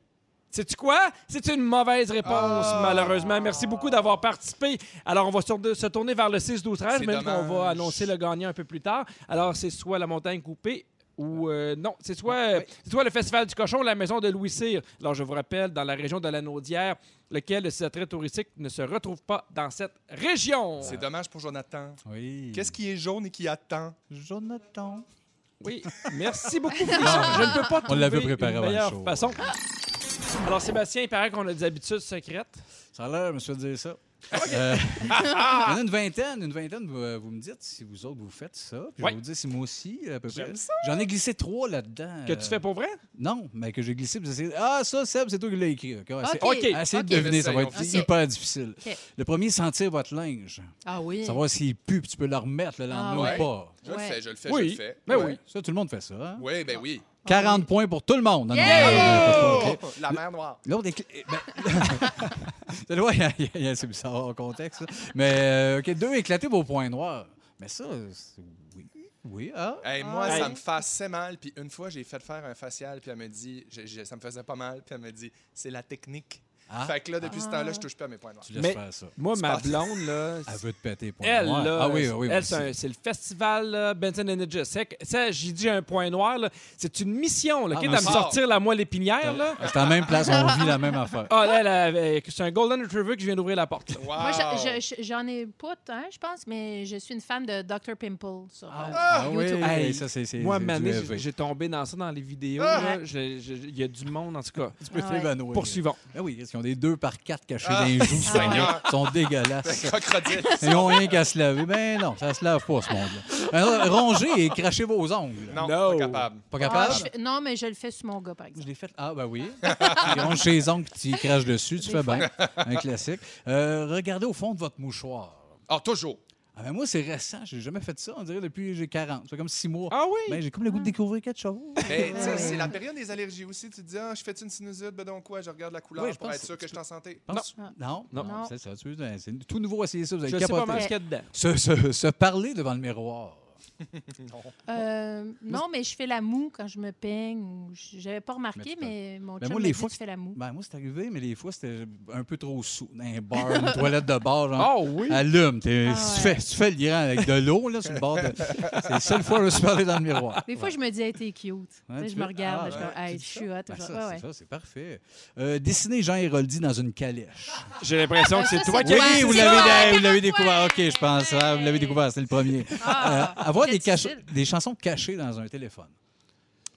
S1: Sais-tu quoi? C'est une mauvaise réponse,
S3: Ah.
S1: malheureusement. Merci beaucoup d'avoir participé. Alors, on va sur- se tourner vers le 6-12-13,
S2: C'est
S1: même qu'on va
S2: dommage.
S1: annoncer le gagnant un peu plus tard. Alors, c'est soit la montagne coupée ou... euh, non, c'est soit,
S3: Ah,
S1: euh, c'est soit le Festival du cochon ou la maison de Louis Cyr. Alors, je vous rappelle, dans la région de la Naudière, lequel de ces attraits touristiques ne se retrouve pas dans cette région.
S2: C'est dommage pour Jonathan.
S3: Oui.
S2: Qu'est-ce qui est jaune et qui attend?
S3: Jonathan.
S1: Oui, merci beaucoup, Félix. Je ne peux pas
S3: On
S1: trouver
S3: l'avait préparé
S1: une
S3: avant le
S1: meilleure
S3: show.
S1: façon. Alors, Sébastien, il paraît qu'on a des habitudes secrètes.
S3: Ça a l'air, monsieur, de dire ça. Euh, il y en a une vingtaine, une vingtaine, vous, euh, vous me dites si vous autres vous faites ça. Puis
S1: Ouais.
S3: Je vais vous dire si moi aussi, à peu près.
S2: J'aime ça.
S3: J'en ai glissé trois là-dedans. euh,
S1: Que tu fais pour vrai?
S3: Non, mais que j'ai glissé. Puis c'est- ah, ça, Seb, c'est toi qui l'as écrit. OK.
S1: Ah,
S3: Essayez,
S4: OK.
S3: essayez
S4: OK.
S3: de deviner, ça va être
S4: Ok.
S3: hyper difficile.
S4: Ok.
S3: Le premier, sentir votre linge.
S4: Ah oui.
S3: Savoir s'il pue, puis tu peux le remettre le
S4: Ah,
S3: lendemain
S2: ouais.
S3: ou pas.
S2: Je le
S4: Ouais.
S2: fais, je le fais, je
S1: Oui,
S2: le fais.
S1: ben
S2: Ouais.
S1: oui.
S3: Ça, tout le monde fait ça. hein?
S2: Oui, ben oui.
S3: 40 points pour tout le monde. dans le
S4: Yeah!
S3: monde. OK.
S2: Oh, La mer noire.
S3: L'autre est cl- eh, ben- Vous allez voir, il y a- il y a- c'est bizarre hors contexte. ça. Mais, euh, OK, deux, éclater vos points noirs. Mais ça, c'est- oui. Oui, ah.
S2: Hey, moi,
S1: Ah.
S2: ça
S1: Hey.
S2: me faisait mal. Puis une fois, j'ai fait faire un facial, puis elle me dit, je- je- ça me faisait pas mal, puis elle me dit, c'est la technique.
S3: Ah.
S2: Fait que là, depuis ce temps-là, je touche pas à mes points noirs.
S3: Tu laisses
S1: Mais-
S3: faire ça.
S1: Moi, ma
S2: penses-
S1: blonde, là,
S3: Elle veut te péter, points
S1: elle,
S3: noirs.
S1: là,
S3: ah oui, oui,
S1: elle,
S3: oui.
S1: c'est un- c'est le festival là, Benson Energy. C'est- Ça, j'ai dit un point noir, là. c'est une mission, là,
S3: Ah,
S1: qui est à me
S3: merci.
S1: sortir la moelle épinière, là.
S3: C'est en même place, on vit la même affaire.
S1: Ah, là, elle avait- c'est un Golden Retriever que je viens d'ouvrir la porte. là.
S2: Wow.
S4: Moi, j'a- je- je- j'en ai pas tant, je pense, mais je suis une fan de Dr. Pimple. sur, euh,
S3: Ah oui,
S4: YouTube.
S1: Hey,
S3: ça, c'est. c'est-
S1: Moi,
S3: c'est du
S1: Mané,
S3: EV.
S1: j'ai tombé dans ça dans les vidéos.
S2: Ah!
S1: là. Je- je- Il y a du monde, en tout cas.
S3: Tu peux
S4: Ah ouais.
S3: t'évanouir.
S1: Poursuivons.
S3: Ah oui, ils ont des deux par quatre cachés
S2: Ah.
S3: dans les joues.
S2: Seigneur.
S3: Ils sont dégueulasses.
S2: Crocodile.
S3: Ils n'ont rien qu'à se laver. Ben non, ça se lave pas, ce monde-là. Alors, Rongez et crachez vos ongles.
S2: Non,
S1: No.
S2: pas capable.
S3: Pas
S4: Ah,
S3: capable?
S4: je fais- non, mais je le fais sur mon gars, par
S3: Je
S4: exemple.
S3: l'ai fait. Ah, ben oui. tu ronges chez les ongles, puis tu y craches dessus. Tu fais bien. Un classique. Euh, regardez au fond de votre mouchoir.
S2: Ah, toujours.
S3: Ah, ben moi, c'est récent. J'ai jamais fait ça, on dirait, depuis j'ai 40. Ça fait comme six mois.
S1: Ah oui? Eh,
S3: Ben, j'ai comme le goût de découvrir quelque chose.
S2: Mais tu sais, c'est la période des allergies aussi. Tu te dis, ah, je fais une sinusite, ben donc quoi, je regarde la couleur
S3: Oui, je
S2: pour
S3: pense
S2: être sûr que je suis en santé.
S3: Pense- Non,
S1: Non.
S3: non,
S4: Ah. Non.
S3: c'est ça. tu sais, C'est tout nouveau, essayez ça. Vous allez
S1: Je sais pas
S3: capoter.
S1: mal ce qu'il y a dedans.
S3: Se, se- se parler devant le miroir.
S4: Euh, non, mais je fais la moue quand je me peigne. ou je- J'avais pas
S3: Mais
S4: remarqué,
S3: tu
S4: mais, mon
S3: Mais
S4: chum
S3: moi,
S4: m'a
S3: les
S4: dit
S3: fois
S4: tu
S3: que-
S4: fais la moue.
S3: Ben, moi, c'est arrivé, mais les fois, c'était un peu trop sous. Dans un bar, une toilette de bar, genre.
S1: Oh oui!
S3: Allume, t'es-
S4: Ah
S3: tu, fais,
S4: ouais.
S3: tu fais le grand avec de l'eau là, sur le bord. de- C'est la seule fois que je me suis parlé dans le miroir.
S4: Des fois, je me dis, hey, t'es cute.
S3: Hein,
S4: Tu sais,
S3: tu
S4: je
S3: veux-
S4: me regarde,
S3: Ah,
S4: je, suis
S3: ouais,
S4: comme, Hey,
S3: tu dis
S4: je
S3: ça?
S4: suis hot.
S3: Ben,
S4: genre,
S3: ça,
S4: ouais,
S3: c'est
S4: ouais.
S3: ça, c'est parfait. Euh, dessiner Jean Héroldi dans une calèche.
S1: J'ai l'impression que c'est
S4: Ça,
S1: toi
S4: c'est
S1: qui as
S4: toi.
S1: dit
S3: Oui, vous
S1: ça.
S3: l'avez,
S4: Ouais,
S3: vous l'avez
S4: ouais.
S3: découvert. OK, je pense. ah, vous l'avez découvert, c'est le premier.
S4: Ah,
S3: Euh, avoir
S4: quel
S3: des, cache-
S4: style.
S3: des chansons cachées dans un téléphone.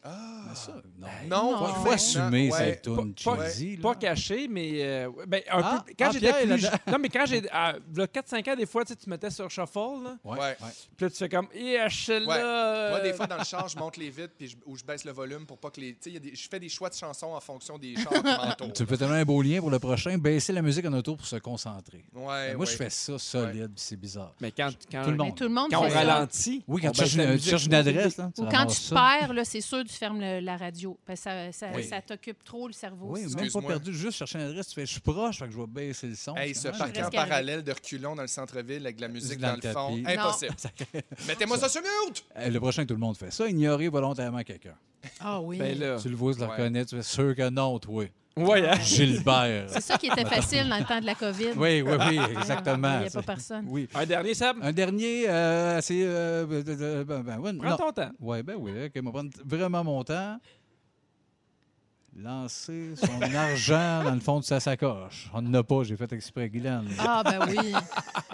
S3: Ah! ça, non.
S2: Non,
S4: Non.
S3: Faut
S4: ouais.
S3: assumer
S2: Ouais.
S3: cette
S1: Pas-
S3: tourne
S1: pas-
S3: cheesy. là.
S1: Pas caché, mais euh, ben, un
S3: Ah,
S1: peu. Quand
S3: ah,
S1: j'étais
S3: Pierre est
S1: plus.
S3: là-dedans.
S1: je- Non, mais quand j'ai. à, v'là 4-5 ans, des fois, tu sais, tu te mettais sur shuffle, là.
S3: Ouais,
S2: Ouais.
S3: ouais.
S1: Puis là, tu fais comme, eh, celle-là. euh,
S2: Moi, des fois, dans le char, je monte les vitres puis je- ou je baisse le volume pour pas que les. Tu sais, il y a des- je fais des choix de chansons en fonction des chars qui m'entourent.
S3: Tu me fais tellement un beau lien pour le prochain. Baisser la musique en auto pour se concentrer.
S2: Ouais,
S3: Ben, moi,
S2: ouais.
S3: je fais ça solide, puis c'est bizarre.
S1: Mais quand, quand,
S3: Tout le
S4: Mais
S3: monde.
S4: tout le monde
S1: quand on
S4: fait ça.
S1: ralentit.
S3: Oui, quand
S1: on
S3: tu
S1: baisse
S3: cherches,
S1: la
S3: une, tu
S1: musique.
S3: cherches une adresse. Là,
S4: Ou quand
S3: ramasses
S4: tu te
S3: ça.
S4: perds, là, c'est sûr, tu fermes le- la radio. Parce que ça, ça,
S3: Oui.
S4: ça t'occupe trop le cerveau.
S3: Oui,
S4: sinon.
S3: même pas
S2: Excuse-moi.
S3: perdu, juste chercher une adresse. Tu fais, je suis proche, fait que je vais baisser le son.
S2: Hey, ce
S3: Finalement, je
S2: parc en
S4: reste carré.
S2: parallèle de reculons dans le centre-ville avec de la musique
S3: Dans
S2: dans,
S3: le
S2: le fond.
S3: tapis.
S2: Impossible. Mettez-moi ça sur mute!
S3: Eh, Le prochain, tout le monde fait ça. Ignorer volontairement quelqu'un.
S4: Ah oui.
S1: Ben là.
S3: Tu le vois, tu le
S2: Ouais.
S3: reconnais, tu fais sûr que non, toi.
S1: Ouais, hein?
S3: Gilbert.
S4: C'est ça qui était facile dans le temps de la COVID. Ah,
S3: Oui, oui, oui,
S4: Il
S3: exactement.
S4: n'y a pas personne.
S3: Oui.
S1: Un dernier, Seb.
S3: Un dernier, euh, c'est. euh, ben, ben, ben, ben, ouais,
S1: Prends
S3: non.
S1: ton temps.
S3: Ouais, ben oui, ok, on va prendre vraiment mon temps. Lancer son argent dans le fond de sa sacoche. On n'en a pas, j'ai fait exprès, Guylaine.
S4: Ah, ben oui. Ben oui,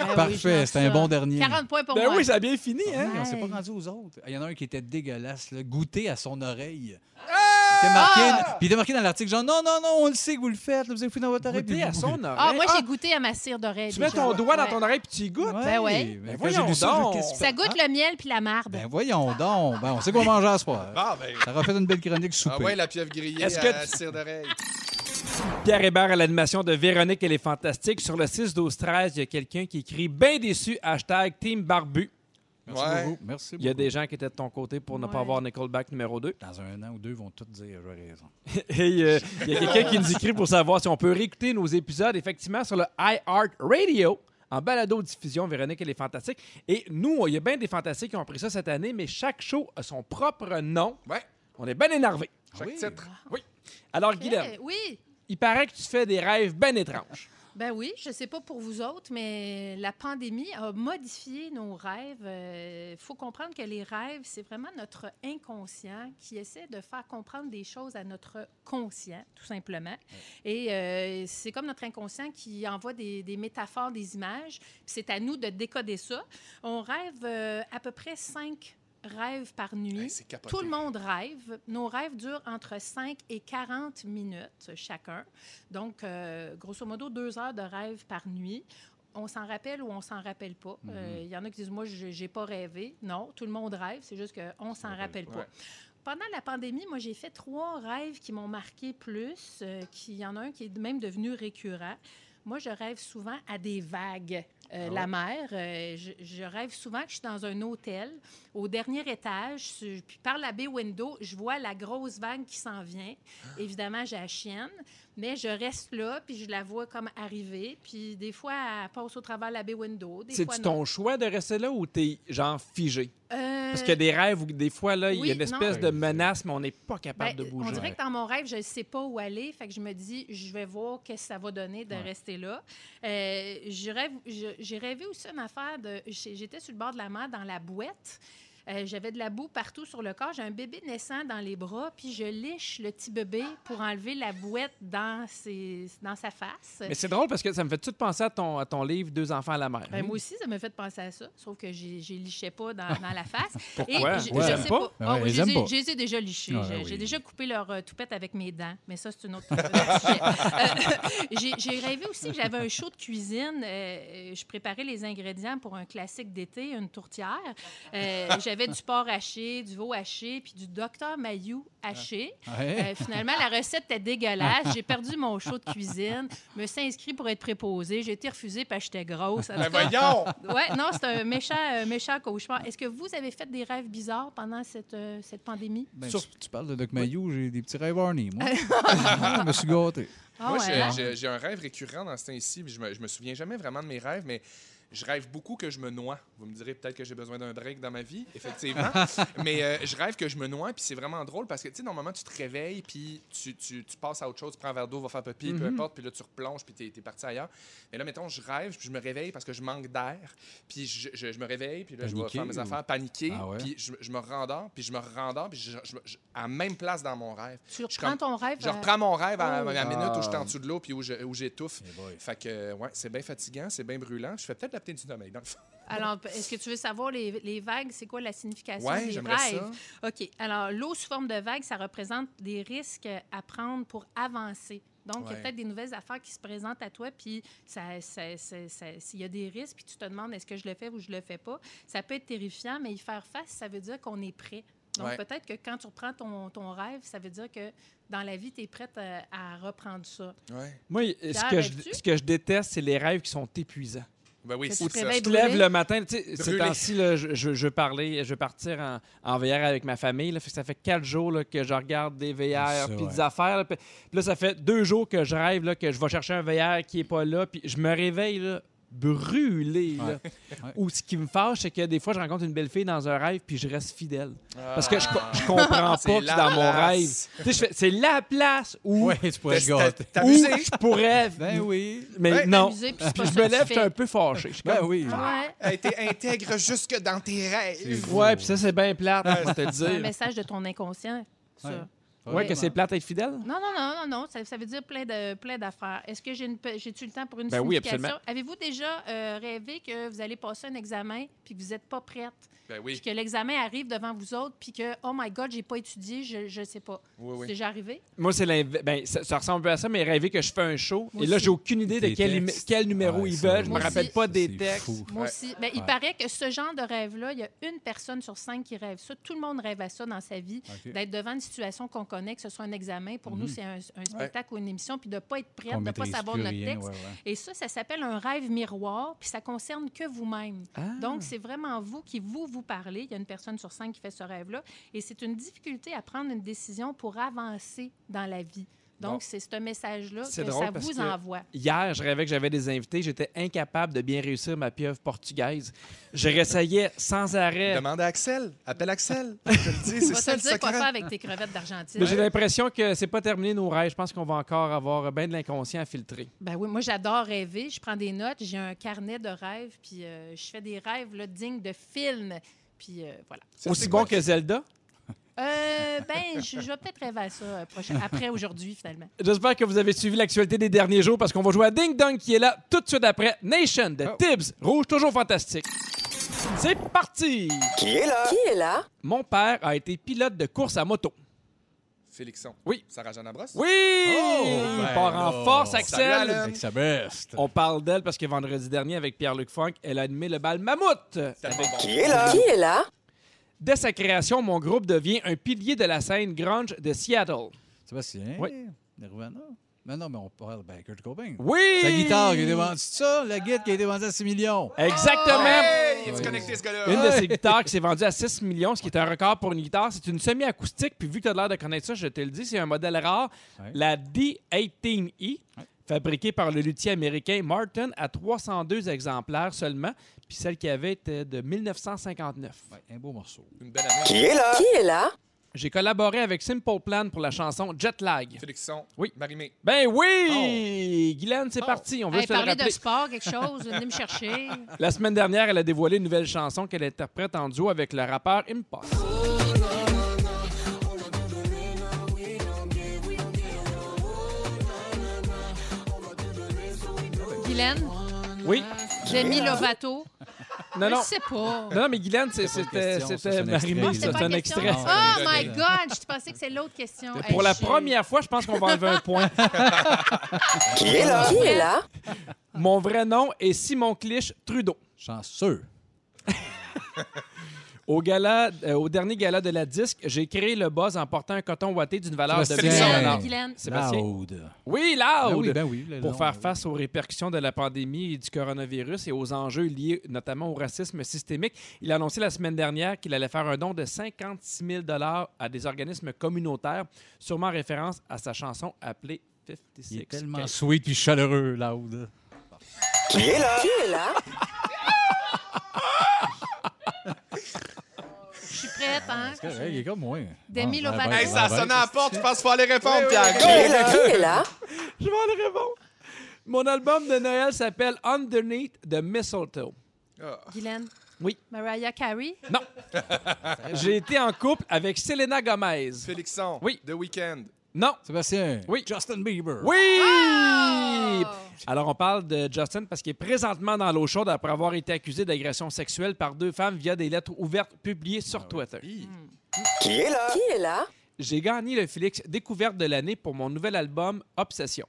S4: je
S3: Parfait,
S4: lance
S3: c'est un
S4: ça.
S3: bon dernier.
S4: 40 points pour
S1: Ben
S4: moi.
S1: oui, ça a bien fini, hein?
S3: Hey, on s'est
S4: Hey.
S3: pas rendu aux autres. Il y en a un qui était dégueulasse, là, goûter à son oreille.
S4: Ah!
S3: Il était marqué, puis il était marqué dans l'article genre non, non, non, on le sait que vous le faites, là, vous avez fouillé dans votre oreille.
S1: Goûter
S3: Puis-
S1: à son oreille.
S4: Ah, moi, j'ai goûté à ma cire d'oreille.
S1: Tu mets ton
S4: déjà.
S1: doigt dans
S4: Ouais.
S1: ton oreille puis tu y goûtes.
S3: Ouais,
S4: Ben ouais.
S3: mais
S1: Ben
S3: quand j'ai
S1: voyons
S3: lu ça, je-
S1: donc.
S3: qu'est-ce que-
S4: Ça goûte
S1: Hein?
S4: le miel puis la marde.
S3: Ben voyons donc. Ben, on sait qu'on mange à soir.
S2: Ah, ben.
S3: Ça aura fait une belle chronique souper.
S2: Ah, ouais, la pieuvre grillée
S1: Est-ce
S2: Est-ce
S1: que
S2: que à
S1: tu-
S2: cire d'oreille.
S1: Pierre Hébert à l'animation de Véronique et les Fantastiques. Sur le 6-12-13, il y a quelqu'un qui écrit bien déçu, hashtag Team Barbu.
S3: Merci
S2: Ouais.
S3: beaucoup. Merci
S1: Il y a
S3: beaucoup.
S1: des gens qui étaient de ton côté pour ne pas
S4: Ouais.
S1: avoir Nickelback numéro 2.
S3: Dans un an ou deux, ils vont tous dire j'ai raison.
S1: Et euh, il y a quelqu'un qui nous écrit pour savoir si on peut réécouter nos épisodes, effectivement, sur le iHeart Radio. En balado-diffusion, Véronique, elle est fantastique. Et nous, il y a bien des fantastiques qui ont pris ça cette année, mais chaque show a son propre nom.
S2: Ouais.
S1: On est bien énervé.
S2: Chaque titre.
S1: Alors, Guylaine,
S4: Eh, oui.
S1: il paraît que tu fais des rêves bien étranges.
S4: Ben oui, je sais pas pour vous autres, mais la pandémie a modifié nos rêves. Il faut comprendre que les rêves, c'est vraiment notre inconscient qui essaie de faire comprendre des choses à notre conscient, tout simplement. Et euh, c'est comme notre inconscient qui envoie des, des métaphores, des images. puis C'est à nous de décoder ça. On rêve euh, à peu près cinq rêves par nuit.
S2: Hey, c'est capoté.
S4: Tout le monde rêve. Nos rêves durent entre 5 et 40 minutes chacun. Donc, euh, grosso modo, deux heures de rêve par nuit. On s'en rappelle ou on s'en rappelle pas.
S2: Mhm.
S4: Euh, Il y en a qui disent, moi, j'ai j'ai pas rêvé. Non, tout le monde rêve, c'est juste qu'on s'en rappelle pas.
S2: Ouais.
S4: Pendant la pandémie, moi, j'ai fait trois rêves qui m'ont marqué plus, euh, qui- il y en a un qui est même devenu récurrent. Moi, je rêve souvent à des vagues.
S2: Ah
S4: Euh, La mer, euh, je, je rêve souvent que je suis dans un hôtel, au dernier étage, sur- puis par la baie window, je vois la grosse vague qui s'en vient.
S1: Ah.
S4: Évidemment, j'ai la chienne, mais je reste là, puis je la vois comme arriver. Puis des fois, elle passe au travers la baie window. des fois,
S1: C'est-tu
S4: non.
S1: ton choix de rester là ou t'es genre figé?
S4: Euh,
S1: Parce qu'il y a des rêves où des fois, là, il y
S4: oui,
S1: a une espèce
S3: non.
S1: de menace, mais on n'est pas
S4: ben,
S1: capable de
S4: on
S1: bouger.
S4: dirait que dans mon rêve, je ne sais pas où aller. Fait que je me dis, je vais voir qu'est-ce que ça va donner de rester là. Euh, je rêve- je- J'ai rêvé aussi une affaire de. j'ai- J'étais sur le bord de la mer dans la bouette. Euh, J'avais de la boue partout sur le corps. J'ai un bébé naissant dans les bras, puis je liche le petit bébé pour enlever la bouette dans, ses- dans sa face.
S1: Mais c'est drôle parce que ça me fait tout de suite penser à ton, à ton livre Deux enfants à la mer.
S4: Ben, moi aussi, ça m'a fait penser à ça, sauf que j'ai j'ai liché pas dans, dans la face.
S1: Pourquoi?
S4: je-
S1: Ouais.
S4: je
S1: T'aimes
S4: sais
S1: pas?
S4: pas.
S3: Ben
S4: Ah
S3: ouais,
S4: oui,
S3: ils
S4: je
S3: aiment
S4: les ai-
S3: pas.
S4: je les ai déjà lichés.
S3: Ah
S4: J'ai-
S3: oui.
S4: J'ai déjà coupé leur euh, toupette avec mes dents, mais ça, c'est une autre sujet. Euh, j'ai- J'ai rêvé aussi que j'avais un show de cuisine. Euh, je préparais les ingrédients pour un classique d'été, une tourtière. Euh, j'avais du porc haché, du veau haché, puis du docteur Mayou haché.
S3: Ouais.
S4: Euh, finalement, la recette était dégueulasse. J'ai perdu mon show de cuisine. me suis inscrit pour être préposée. J'ai été refusée parce que j'étais grosse. En
S2: Ben
S4: tout cas,
S2: voyons!
S4: ouais, non, c'est un méchant, euh, méchant cauchemar. Est-ce que vous avez fait des rêves bizarres pendant cette, euh, cette pandémie?
S3: Ben,
S1: Sur-
S3: tu, tu parles de Doc Mayou, j'ai des petits rêves horny, moi. je me suis gâté.
S4: Ah
S2: Moi, j'ai-
S4: ouais, hein?
S2: j'ai- j'ai un rêve récurrent dans ce temps-ci, puis je me, je me souviens jamais vraiment de mes rêves, mais je rêve beaucoup que je me noie. Vous me direz peut-être que j'ai besoin d'un break dans ma vie, effectivement. mais euh, je rêve que je me noie, puis c'est vraiment drôle parce que, tu sais, normalement, tu te réveilles, puis tu, tu- tu passes à autre chose, tu prends un verre d'eau, va faire pipi, peu importe, puis là, tu replonges, puis t'es es parti ailleurs. Mais là, mettons, je rêve, puis je me réveille parce que je manque d'air, puis je, je- je me réveille, puis là, je vais
S3: Paniqué
S2: faire mes
S3: ou-
S2: affaires, paniquer,
S3: Ah ouais?
S2: puis je, je me rendors, puis je me rendors, puis je, je- je- à la même place dans mon rêve.
S4: Tu
S2: Je suis
S4: reprends
S2: comme-
S4: ton rêve.
S2: je
S4: euh,
S2: reprends mon rêve à,
S4: Oh.
S2: la minute où je suis
S3: Ah.
S2: en dessous de l'eau puis où je- où j'étouffe.
S3: Eh boy.
S2: Fait que, ouais, c'est bien fatigant, c'est bien brûlant. Je fais peut-être la petite du sommeil. dans le fond.
S4: Alors, est-ce que tu veux savoir les, les vagues, c'est quoi la signification
S2: Ouais,
S4: des
S2: j'aimerais
S4: rêves?
S2: ça.
S4: OK. Alors, l'eau sous forme de vague, ça représente des risques à prendre pour avancer. Donc, il y a
S2: Ouais.
S4: peut-être des nouvelles affaires qui se présentent à toi, puis ça, ça- ça- ça- s'il y a des risques, puis tu te demandes est-ce que je le fais ou je le fais pas, ça peut être terrifiant, mais y faire face, ça veut dire qu'on est prêt. Donc,
S2: Ouais.
S4: peut-être que quand tu reprends ton, ton rêve, ça veut dire que dans la vie, tu es prête à, à reprendre ça.
S2: Ouais.
S1: Moi, ce
S4: Pierre,
S1: que, je,
S4: rêves-tu?
S1: ce que je déteste, c'est les rêves qui sont épuisants.
S2: Ben oui,
S4: Que
S2: c'est
S4: tu te
S2: ça.
S1: Tu
S4: réveilles
S1: te lèves
S4: brûlé.
S1: le matin, tu sais, ces
S2: Brûlé.
S1: temps-ci, là, je, je, je parlais, je vais partir en, en VR avec ma famille. là, fait que ça fait quatre jours là, que je regarde des
S3: Ça,
S1: VR puis des
S3: ouais.
S1: affaires. là, puis puis là, ça fait deux jours que je rêve là, que je vais chercher un VR qui est pas là. Puis je me réveille là, brûlé. là.
S3: Ouais.
S1: Ou ce qui me fâche, c'est que des fois, je rencontre une belle fille dans un rêve puis je reste fidèle. Parce que je, co-
S2: Ah.
S1: je comprends pas
S2: C'est
S1: que
S2: la
S1: dans mon
S2: place.
S1: rêve. Tu sais, je fais, C'est la place où,
S3: Ouais, tu pourrais
S2: T'as-
S3: te gâter.
S2: t'as-
S1: où
S2: t'amuser.
S1: je pourrais.
S3: Ben oui.
S1: Mais
S2: Ouais.
S1: non.
S4: T'amuser, puis c'est pas
S1: Puis je
S4: ça
S1: me
S4: que tu
S1: lève, je suis
S4: fais.
S1: un peu fâché. Je suis
S3: Ben
S1: comme,
S3: oui.
S4: Ah ouais.
S2: Hey, T'es intègre jusque dans tes rêves.
S3: C'est-
S1: Ouais, puis ça, c'est bien plate, on va te le
S4: C'est un
S1: dire.
S4: message de ton inconscient, ça.
S3: Ouais.
S1: Ouais, que c'est plate d'être fidèle.
S4: Non, non, non, non, non. Ça, ça veut dire plein de plein d'affaires. Est-ce que j'ai une pe- j'ai-tu le temps pour une
S1: Ben oui,
S4: signification?
S1: absolument.
S4: Avez-vous déjà euh, rêvé que vous allez passer un examen puis que vous n'êtes pas prête?
S2: Ben
S4: Puis
S2: oui,
S4: que l'examen arrive devant vous autres puis que, oh my God, j'ai pas étudié, je ne sais pas.
S2: oui,
S4: C'est
S2: oui.
S4: déjà arrivé?
S1: Moi, c'est l'inv- ben, ça, ça ressemble un peu à ça, mais rêver que je fais un show.
S4: Moi
S1: et là,
S4: aussi.
S1: j'ai aucune idée de
S3: Des
S1: quel,
S3: textes.
S1: im- quel numéro
S3: Ouais,
S1: ils
S3: ça,
S1: veulent. Je me
S4: Moi
S1: rappelle
S4: aussi.
S1: pas
S3: Ça,
S1: des
S3: c'est
S1: textes.
S3: fou.
S4: Moi
S2: Ouais.
S4: aussi. Ben, Il
S3: Ouais.
S4: paraît que ce genre de rêve-là, il y a une personne sur cinq qui rêve ça. Tout le monde rêve à ça dans sa vie,
S3: Ok.
S4: d'être devant une situation qu'on ne connaît, que ce soit un examen. Pour nous, c'est un, un spectacle ou une émission, puis de ne pas être prête,
S3: Mhm. Qu'on
S4: de ne pas
S3: maîtrise
S4: savoir
S3: plus
S4: notre
S3: rien,
S4: texte.
S3: ouais, ouais.
S4: Et ça, ça s'appelle un rêve miroir, puis ça concerne que vous-même.
S1: Ah.
S4: Donc, c'est vraiment vous qui vous, vous parlez. Il y a une personne sur cinq qui fait ce rêve-là. Et c'est une difficulté à prendre une décision pour avancer dans la vie. Donc,
S1: Bon.
S4: c'est ce message-là que
S1: C'est
S4: ça
S1: drôle parce
S4: vous
S1: que-
S4: envoie.
S1: Hier, je rêvais que j'avais des invités. J'étais incapable de bien réussir ma pieuvre portugaise. Je réessayais sans arrêt.
S2: Demande à Axel. Appelle Axel. Je te le dis,
S4: On
S2: c'est
S4: va
S2: ça
S4: te
S2: le
S4: le dire quoi
S2: secret.
S4: faire avec tes crevettes d'Argentine.
S1: Mais j'ai l'impression que c'est pas terminé nos rêves. Je pense qu'on va encore avoir bien de l'inconscient à filtrer.
S4: Ben oui, moi j'adore rêver. Je prends des notes, j'ai un carnet de rêves, puis euh, je fais des rêves là, dignes de films. Puis euh, voilà.
S2: Ça,
S1: Aussi
S2: c'est
S1: bon
S2: quoi?
S1: que Zelda.
S4: Euh, ben, je, je vais peut-être rêver à ça euh, prochain- après aujourd'hui finalement.
S1: J'espère que vous avez suivi l'actualité des derniers jours parce qu'on va jouer à Ding Dong qui est là tout de suite après Nation de
S3: Oh.
S1: Tibbs. Rouge, toujours fantastique. C'est parti!
S7: Qui est là?
S9: Qui est là?
S1: Mon père a été pilote de course à moto.
S2: Félixon.
S1: Oui.
S2: Sarah Jeanne Labrosse.
S1: Oui! Il
S3: ben
S1: part en
S3: là.
S1: force,
S2: Salut,
S1: Axel!
S2: Alan.
S3: Avec sa best.
S1: On parle d'elle parce que vendredi dernier, avec Pierre-Luc Funk, elle a animé le bal Mammouth.
S2: Tellement bon.
S7: Qui est là?
S9: Qui est là?
S1: Dès sa création, mon groupe devient un pilier de la scène grunge de Seattle.
S3: Sébastien?
S1: Oui.
S3: Nirvana? Non, non, mais on parle ben, Kurt Cobain.
S1: Oui!
S3: Sa guitare qui a été vendue, c'est ça? La guide qui a été vendue à 6 millions.
S1: Exactement!
S2: Hey!
S3: Ouais.
S2: tu connecté, ce gars-là?
S1: Une de ses guitares qui s'est vendue à 6 millions, ce qui est un record pour une guitare. C'est une semi-acoustique, puis vu que tu as l'air de connaître ça, je te le dis, c'est un modèle rare.
S3: Ouais.
S1: La D18E, fabriquée par le luthier américain Martin, à 302 exemplaires seulement, puis celle qu'il avait était de 1959.
S3: Ouais, un beau morceau.
S2: Une belle année.
S7: Qui est là?
S9: Qui est là?
S1: J'ai collaboré avec Simple Plan pour la chanson Jet Lag.
S2: Félixon.
S1: Oui.
S2: Marimé.
S1: Ben oui! Guylaine, c'est
S2: Oh.
S1: parti. On va
S4: Hey,
S1: se le
S4: parler de
S1: rappeler.
S4: sport, quelque chose, venez me chercher.
S1: La semaine dernière, elle a dévoilé une nouvelle chanson qu'elle interprète en duo avec le rappeur Impulse.
S4: Guylaine,
S1: Oui?
S4: Demi Lovato.
S1: Non, non.
S4: Je sais pas.
S1: Non, non, mais Guylaine, c'est-
S3: C'était pas une
S1: c'était
S3: question, ça,
S1: c'était
S3: c'est un extrait.
S1: Marie-Mé,
S3: Ah,
S1: ça,
S4: C'était
S1: c'est
S4: pas
S1: un
S4: une question.
S1: extrait.
S4: Oh my God, je pensais que c'est l'autre question.
S1: Pour
S4: Hey,
S1: la
S4: je-
S1: première fois, je pense qu'on va enlever un point.
S7: Qui est là?
S9: Qui est là?
S1: Mon vrai nom est Simon Clich Trudeau.
S3: Chanceux.
S1: Au, gala, euh, au dernier gala de la disque, j'ai créé le buzz en portant un coton watté d'une valeur de 1000
S3: Sébastien.
S1: dollars.
S4: Guylaine.
S1: Sébastien.
S3: Loud.
S1: Oui, loud!
S3: Ben oui, ben oui, le
S1: pour
S3: nom,
S1: faire
S3: oui.
S1: face aux répercussions de la pandémie et du coronavirus et aux enjeux liés notamment au racisme systémique. Il a annoncé la semaine dernière qu'il allait faire un don de 56 000 à des organismes communautaires, sûrement en référence à sa chanson appelée 56.
S3: Il est tellement
S1: Cake.
S3: sweet puis chaleureux, Loud.
S7: Qui est là?
S9: Qui est là?
S4: Je suis prête, hein?
S3: C'est correct, Il est comme moi.
S4: Demi
S3: Bon,
S4: Lovato.
S3: ben,
S2: Hey,
S3: ben,
S2: ça a
S3: ben,
S2: sonné à la porte. Je pense qu'il faut aller répondre, Pierre.
S9: Qui est là? Qui est là?
S1: Je vais en répondre. Mon album de Noël s'appelle Underneath the Mistletoe.
S2: Ah,
S4: Guylaine.
S1: Oui.
S4: Mariah Carey.
S3: Ah.
S1: J'ai été en couple avec Selena Gomez.
S2: Félixon.
S1: Oui.
S2: The Weeknd.
S1: Non.
S3: Sébastien.
S1: Oui.
S3: Justin Bieber.
S1: Oui! Alors, on parle de Justin parce qu'il est présentement dans l'eau chaude après avoir été accusé d'agression sexuelle par deux femmes via des lettres ouvertes publiées sur Twitter.
S7: Qui est là?
S9: Qui est là?
S1: J'ai gagné le Félix Découverte de l'année pour mon nouvel album Obsession.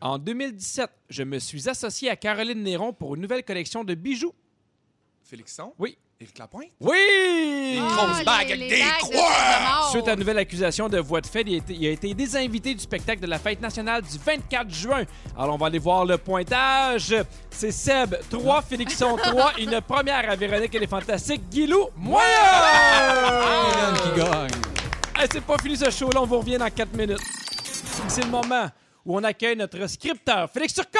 S1: En 2017, je me suis associé à Caroline Néron pour une nouvelle collection de bijoux.
S2: Félixon.
S1: Oui.
S2: Éric Lapointe.
S1: Oui!
S2: grosses
S4: les-
S2: bagues avec
S4: Ah, les
S2: des
S4: bagues de
S2: croix!
S4: Pierre de Mort.
S1: Suite à une nouvelle accusation de voie de fait, il a, été, il a été désinvité du spectacle de la fête nationale du 24 juin. Alors, on va aller voir le pointage. C'est Seb 3, Félixon 3, une première à Véronique et les Fantastiques, Guilou Moyen!
S3: Dylan Ah! qui gagne.
S1: Hey, C'est pas fini ce show-là, on vous revient dans 4 minutes. C'est le moment où on accueille notre scripteur, Félix Turcotte!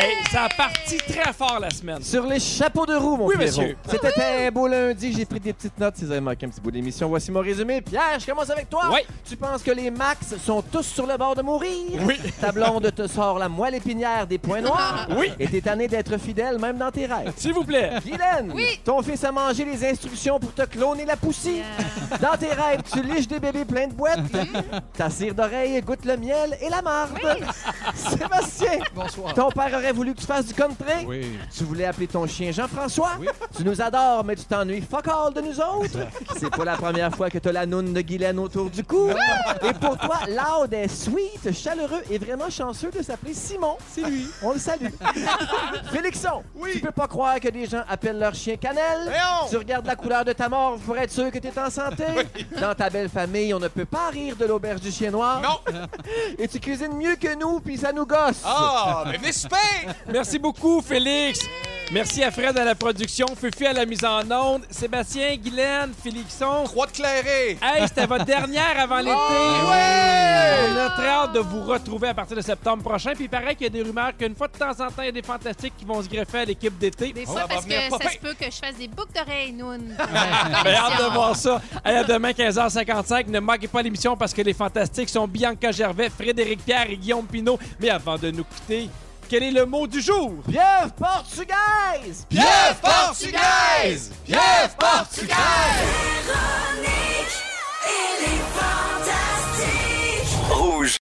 S1: Hey, ça a parti très fort la semaine.
S10: Sur les chapeaux de roue, mon
S1: Oui,
S10: frérot.
S1: monsieur.
S10: C'était un beau lundi, j'ai pris des petites notes si vous avez manqué un petit bout d'émission. Voici mon résumé. Pierre, je commence avec toi.
S1: Oui.
S10: Tu penses que les Max sont tous sur le bord de mourir?
S1: Oui.
S10: Ta blonde te sort la moelle épinière des points noirs?
S1: Oui.
S10: Et t'es tanné d'être fidèle même dans tes rêves?
S1: S'il vous plaît.
S10: Guylaine,
S4: Oui.
S10: ton fils a mangé les instructions pour te cloner la poussie. Dans tes rêves, tu liches des bébés pleins de boîtes. Ta cire d'oreille goûte le miel et la marde. Sébastien,
S3: Bonsoir.
S10: ton père aurait voulu que tu fasses du country.
S3: Oui.
S10: Tu voulais appeler ton chien Jean-François.
S3: Oui.
S10: Tu nous adores, mais tu t'ennuies fuck all de nous autres. C'est pas la première fois que t'as la noune de Guylaine autour du cou. Et pour toi, Loud est sweet, chaleureux et vraiment chanceux de s'appeler Simon. C'est lui. On le salue. Félixon,
S2: Oui. Eh
S10: tu peux pas croire que des gens appellent leur chien Cannelle.
S2: Voyons!
S10: Tu regardes la couleur de ta mort pour être sûr que t'es en santé. Dans ta belle famille, on ne peut pas rire de l'auberge du chien noir.
S2: Non!
S10: Et tu cuisines mieux que nous, puis ça nous gosse.
S2: Ah, mais venez souper!
S1: Merci beaucoup, Félix. Merci à Fred à la production, Fufu à la mise en onde, Sébastien, Guylaine, Félixon.
S2: Trois de clairé!
S1: Hey, c'était votre dernière avant l'été.
S2: ouais!
S1: On a très hâte de vous retrouver à partir de septembre prochain. Puis il paraît qu'il y a des rumeurs qu'une fois de temps en temps, il y a des fantastiques qui vont se greffer à l'équipe d'été.
S4: Des
S2: Oh,
S4: fois,
S2: ça va
S4: parce que
S2: venir pas
S4: ça se
S2: pire.
S4: peut que je fasse des boucles d'oreilles, Noun.
S1: J'ai Ben, hâte de voir ça. Hey, à demain, 15h55. Ne manquez pas l'émission parce que les fantastiques sont Bianca Gervais, Frédéric Pierre et Guillaume Pinault. Mais avant de nous quitter, quel est le mot du jour?
S10: Pieuvre portugaise!
S2: Pierre Portugaise! Pierre Portugaise!